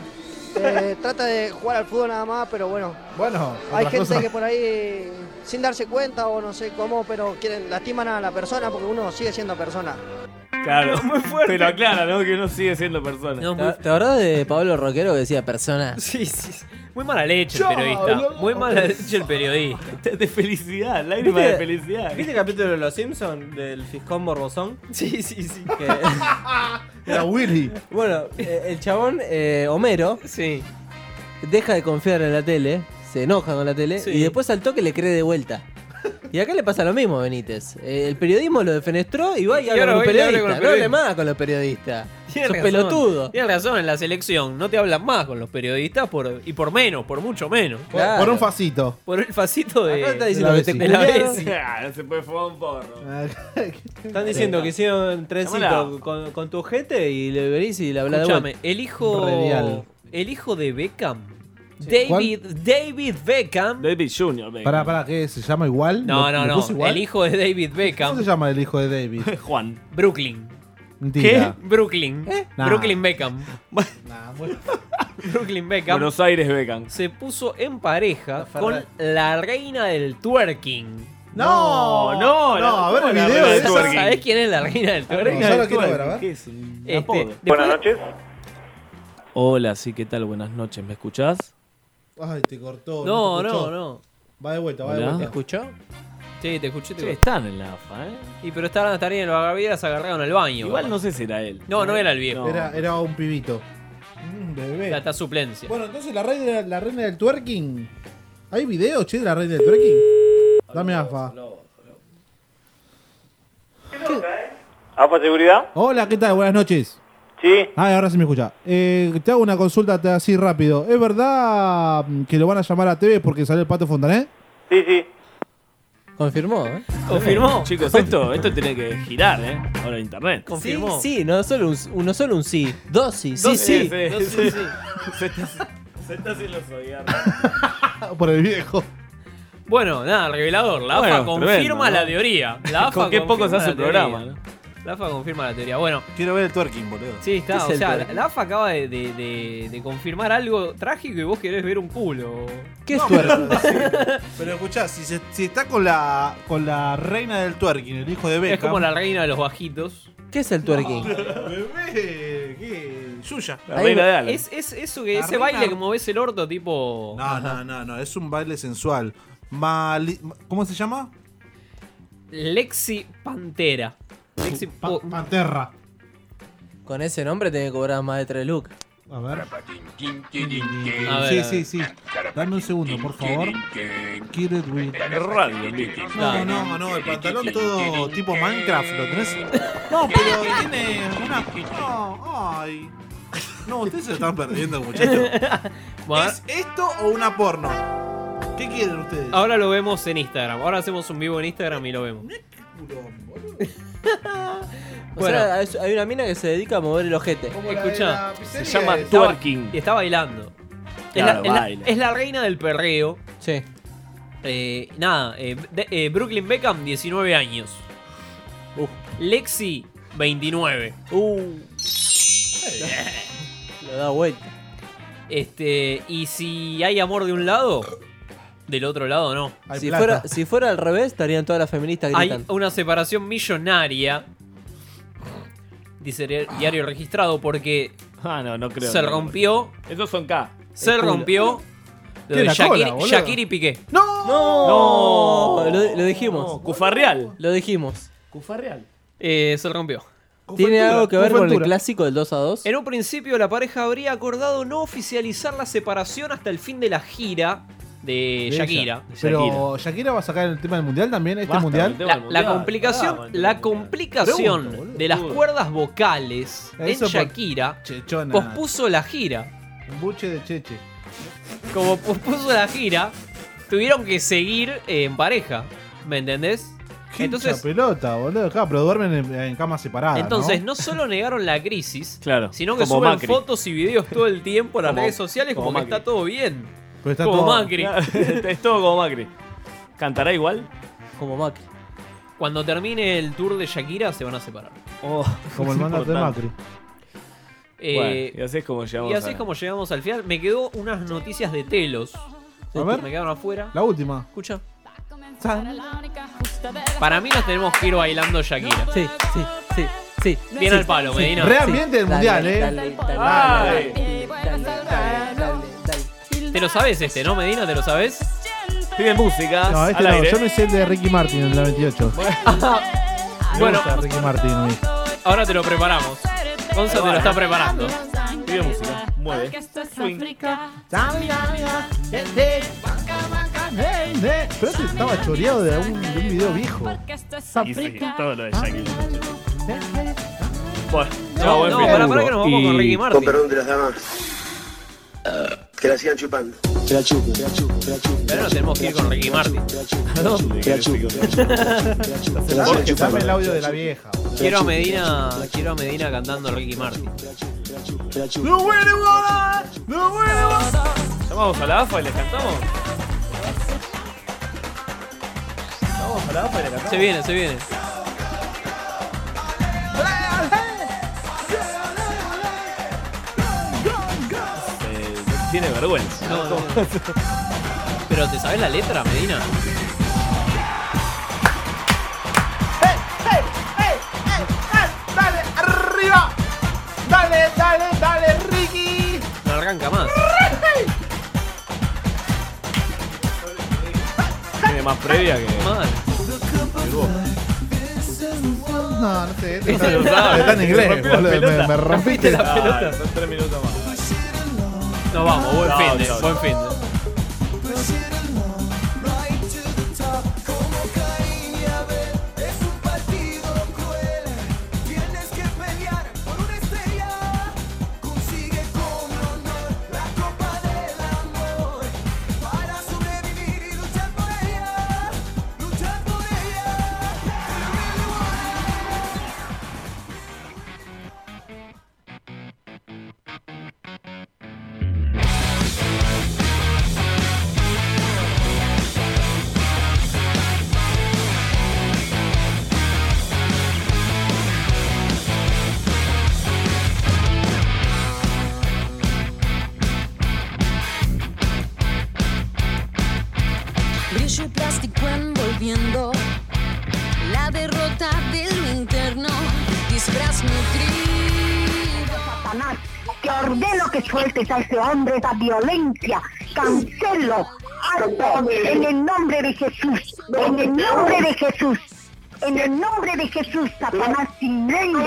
eh, trata de jugar al fútbol nada más, pero bueno. Bueno, Hay otra gente cosa. que por ahí, sin darse cuenta o no sé cómo, pero quieren lastiman a la persona porque uno sigue siendo persona. Claro, Pero aclara, ¿no? Que uno sigue siendo persona. ¿Te, te acordás de Pablo Roquero que decía persona? Sí, sí. Muy mala leche el periodista. Muy mala leche el periodista. De felicidad, lágrima ¿Viste- de felicidad. ¿Viste el capítulo de Los Simpsons del Fiscón Morbosón? Sí, sí, sí. Era Willy. Bueno, eh, el chabón eh, Homero deja de confiar en la tele, se enoja con la tele Sí. y después al toque le cree de vuelta. Y acá le pasa lo mismo a Benítez. Eh, el periodismo lo defenestró y va y, Y habla ahora con un va y le habla periodista. con el No hable periodista. más con los periodistas. Tienes Sos razón. pelotudo. Tienes razón, en la selección no te hablan más con los periodistas por, y por menos, por mucho menos. Por- Por un facito. Por el facito de. Acá está diciendo que te de la culiaron. Bessi. Ah, no se puede fumar un porro. Están diciendo que hicieron trencito Llamala. con, con tu ojete y le venís y le hablás de Escúchame, vuelta. el Redial. hijo. El hijo de Beckham. David, David Beckham. David Junior Pará, pará, ¿qué? ¿Se llama igual? No, ¿Lo- no, lo puso no. igual? El hijo de David Beckham. ¿Cómo se llama el hijo de David? Juan. Brooklyn. Mentira. ¿Eh? Brooklyn. Nah. Brooklyn Beckham. Brooklyn Beckham. Buenos Aires Beckham. Se puso en pareja con la reina del twerking. No, no, no, a ver el la video reina de del esa. twerking. ¿Sabés quién es la reina del twerking? No, yo lo quiero ver, a ver. ¿Qué es? Un Este, apodo. después- Buenas noches. Hola, sí, ¿qué tal? Buenas noches, ¿me escuchás? Ay, te cortó. No, te escuchó. no, no. Va de vuelta, va de Hola. vuelta. ¿Te escuchó? Sí, te escuché. te Che, escuché. están en la AFA, ¿eh? Y pero estaban hasta arriba en la barbilla, se agarraron al baño. Igual no sé si era él. No, no era el viejo. Era, era un pibito. Mm, bebé. Ya está suplencia. Bueno, entonces la reina, la reina del twerking. ¿Hay video, che, de la reina del twerking? Dame afa. AFA Seguridad. Hola, ¿qué tal? Buenas noches. Sí. Ah, ahora sí me escucha. Eh, te hago una consulta te- así rápido. ¿Es verdad mm, que lo van a llamar a TV porque salió el Pato eh? Fontanet? Sí, sí. Confirmó, ¿eh? Confirmó. Chicos, esto, esto tiene que girar, ¿eh? Ahora en internet. Confirmó. Sí, sí, no solo un, no solo un sí, dos sí, sí, Dos sí, sí. sí. No, sí, sí. Se está, se está haciendo soñar. Por el viejo. Bueno, nada, revelador. La Bueno, AFA confirma tremendo, ¿no? la teoría. La AFA Con qué poco se confirma hace la el programa, teoría. La AFA confirma la teoría. Bueno. Quiero ver el twerking, boludo. Sí, está. ¿Qué O es sea, el la, twerking? la AFA acaba de, de- de- de confirmar algo trágico y vos querés ver un culo. ¿Qué es twerking? Pero escuchá, si, se- si está con la, con la reina del twerking, el hijo de Beckham. Es como la reina de los bajitos. ¿Qué es el twerking? Bebé, ¿qué? Suya. Ahí va. Es, es eso que, La ese reina- baile que moves el orto, tipo. No, no, no, no, es un baile sensual. Mali- ¿Cómo se llama? Lexi Pantera. Lexi Panterra. Con ese nombre te que cobrar más de 3 lucas. A ver. A ver, sí, a sí, sí. Dame un segundo, por favor. Kill it with- No, no, no, el pantalón todo tipo Minecraft, ¿lo tenés? No, pero tiene una. No, ay. No, ustedes se están perdiendo, muchachos. ¿Es esto o una porno? ¿Qué quieren ustedes? Ahora lo vemos en Instagram. Ahora hacemos un vivo en Instagram y lo vemos. O sea, es- hay una mina que se dedica a mover el ojete. Escucha, Se llama Y está bailando. Es, Claro, la, es la- baila. es la reina del perreo. Sí. Eh, nada, eh, de- eh, Brooklyn Beckham, 19 años. Uh. Lexi, 29. Lo da vuelta. Este, y si hay amor de un lado, del otro lado no. Si fuera, si fuera al revés, estarían todas las feministas Hay gritando. una separación millonaria. Dice el diario registrado porque Ah, no, no creo. se no. rompió. Esos son K. Se El culo. rompió. Lo Tiene de la cola, Shakira, boludo. Shakira y Piqué. ¡No! ¡No! Lo, lo dijimos. Cufarreal. Lo dijimos. Cufarreal. Eh, se rompió. ¿Tiene algo que ver con el Conjuntura. clásico del 2 a 2? En un principio la pareja habría acordado no oficializar la separación hasta el fin de la gira de Eh, Shakira. ¿este Pero Shakira va a sacar el tema del mundial también, este Basta, mundial. La, la complicación, la complicación Pregunto, boludo. de las cuerdas vocales Eso en por- Shakira Chechona. pospuso la gira. Un buche de cheche. Como pospuso la gira, tuvieron que seguir eh, en pareja. ¿Me entendés? Qué Entonces, hincha pelota, boludo. Claro, pero duermen en, en camas separadas. entonces ¿no? no solo negaron la crisis, Claro. sino que Como suben Macri. fotos y videos todo el tiempo a las Como- redes sociales como, como que está todo bien. Pero está como todo- Macri. es todo como Macri. ¿Cantará igual? Como Macri. Cuando termine el tour de Shakira se van a separar. Como el mandato de Macri. Eh, Bueno, y así es como llegamos Y así a- es como llegamos al final. Me quedó unas noticias de telos. A ver. Me quedaron afuera. La última. Escucha. Para mí nos tenemos que ir bailando Shakira. Sí, sí, sí, sí. Bien sí, al palo, sí. Medina. Re ambiente del mundial, eh. Ay. dale, dale, dale, dale. Te lo sabes este, ¿no, Medina? ¿Te lo sabes? Pide música. No, este al no, aire. yo me sé el de Ricky Martin, el de la 28. Me Bueno. gusta Ricky Martin eh. a mí. Ahora te lo preparamos. Gonza te lo está preparando. Pide música. Mueve. Pero este estaba choreado de un, de un video viejo. Y sí, todo lo de Shakira. Bueno, No, chao, buen no, fin de pará, duro. pará que nos vamos con Ricky Martin. perdón de las damas. Que la sigan chupando. Que la chupen, que la chupen, que la chupen. Pero ahora tenemos que ir con Ricky Martin. ¿A dónde? Que la chupen, que la chupen, que la chupen, que la chupen. Que la sigan Porque chupando. sabe el audio de la vieja. Quiero a Medina, quiero a Medina cantando Ricky Martin. Llamamos a la AFA y les cantamos. Llamamos a la AFA y les cantamos. Se viene, se viene. Eh, tiene vergüenza. No, no, no. Pero ¿te sabes la letra, Medina? ¡Dale, arriba! ¡Dale, dale, dale, Ricky! No arranca más. Tiene más previa que. Mal. No, no sé. Eso está- lo sabe. Está en Se inglés, rompió la boludo. Me, pelota. me rompiste la Dale, pelota. Son tres minutos más. Nos vamos, buen No, fin de, no. buen fin de. Como caía, es un partido cruel. Te ordeno que sueltes a ese hombre esa violencia. Cancelo. Harto. En el nombre de Jesús. En el nombre de Jesús. En el nombre de Jesús, Satanás silencio.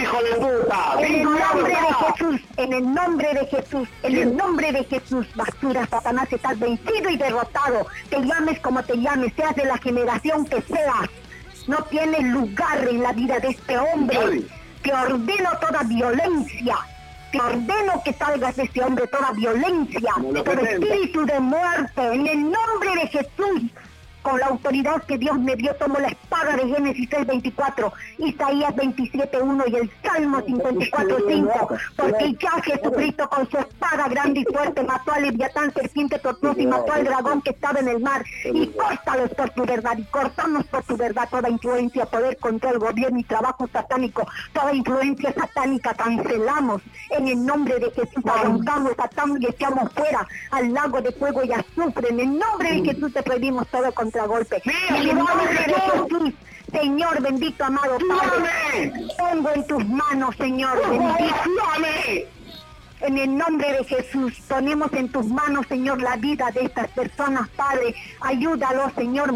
hijo de puta? En el nombre de Jesús, en el nombre de Jesús, en el nombre de Jesús, basura, Satanás, estás vencido y derrotado. Te llames como te llames, seas de la generación que seas. No tienes lugar en la vida de este hombre. Te ordeno toda violencia. Te ordeno que salgas de este hombre toda violencia, lo todo pretenda. espíritu de muerte, en el nombre de Jesús con la autoridad que Dios me dio, tomo la espada de Génesis 6.24, Isaías 27.1 y el Salmo 54.5, porque ya Jesucristo con su espada grande y fuerte mató al leviatán, serpiente tortuosa y mató al dragón que estaba en el mar, y córtalos por tu verdad, y cortamos por tu verdad toda influencia, poder, control, gobierno y trabajo satánico, toda influencia satánica, cancelamos en el nombre de Jesús, arrancamos Satán y echamos fuera al lago de fuego y azufre, en el nombre de Jesús te pedimos todo contragolpe, en el nombre de Jesús, Señor bendito amado Padre, pongo en tus manos, Señor, bendiciones. En el nombre de Jesús, ponemos en tus manos, Señor, la vida de estas personas, Padre. Ayúdalos, Señor.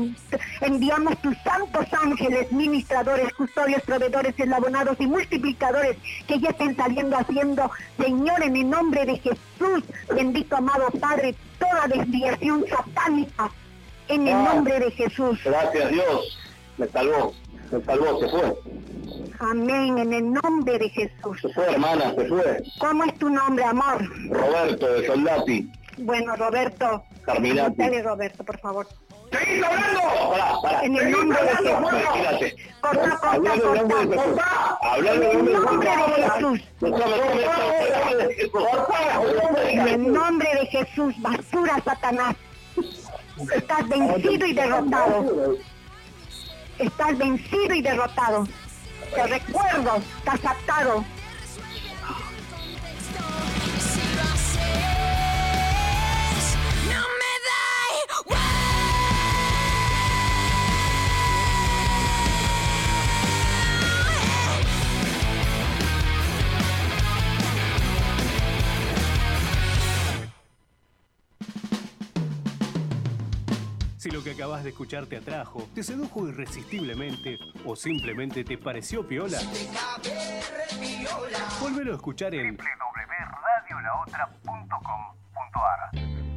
Enviamos tus santos ángeles, ministradores, custodios, proveedores, elabonados y multiplicadores que ya estén saliendo haciendo, Señor, en el nombre de Jesús, bendito amado Padre, toda desviación satánica. En Ah. el nombre de Jesús. Gracias Dios, me salvó, me salvó, se fue, Amén. En el nombre de Jesús. se fue hermana, se fue. ¿Cómo es tu nombre, amor? Roberto de Soldati, Bueno, Roberto. Carminati. Dale, Roberto, por favor. En el nombre de Jesús. Corta, corta, corta, corta. hablando En de el un nombre de Jesús. En el nombre de Jesús, basura, Satanás. Estás vencido y derrotado. Estás vencido y derrotado. Te recuerdo, estás atado. No me da igual. Si lo que acabas de escuchar te atrajo, te sedujo irresistiblemente o simplemente te pareció piola, volvelo a escuchar en www.radiolaotra.com.ar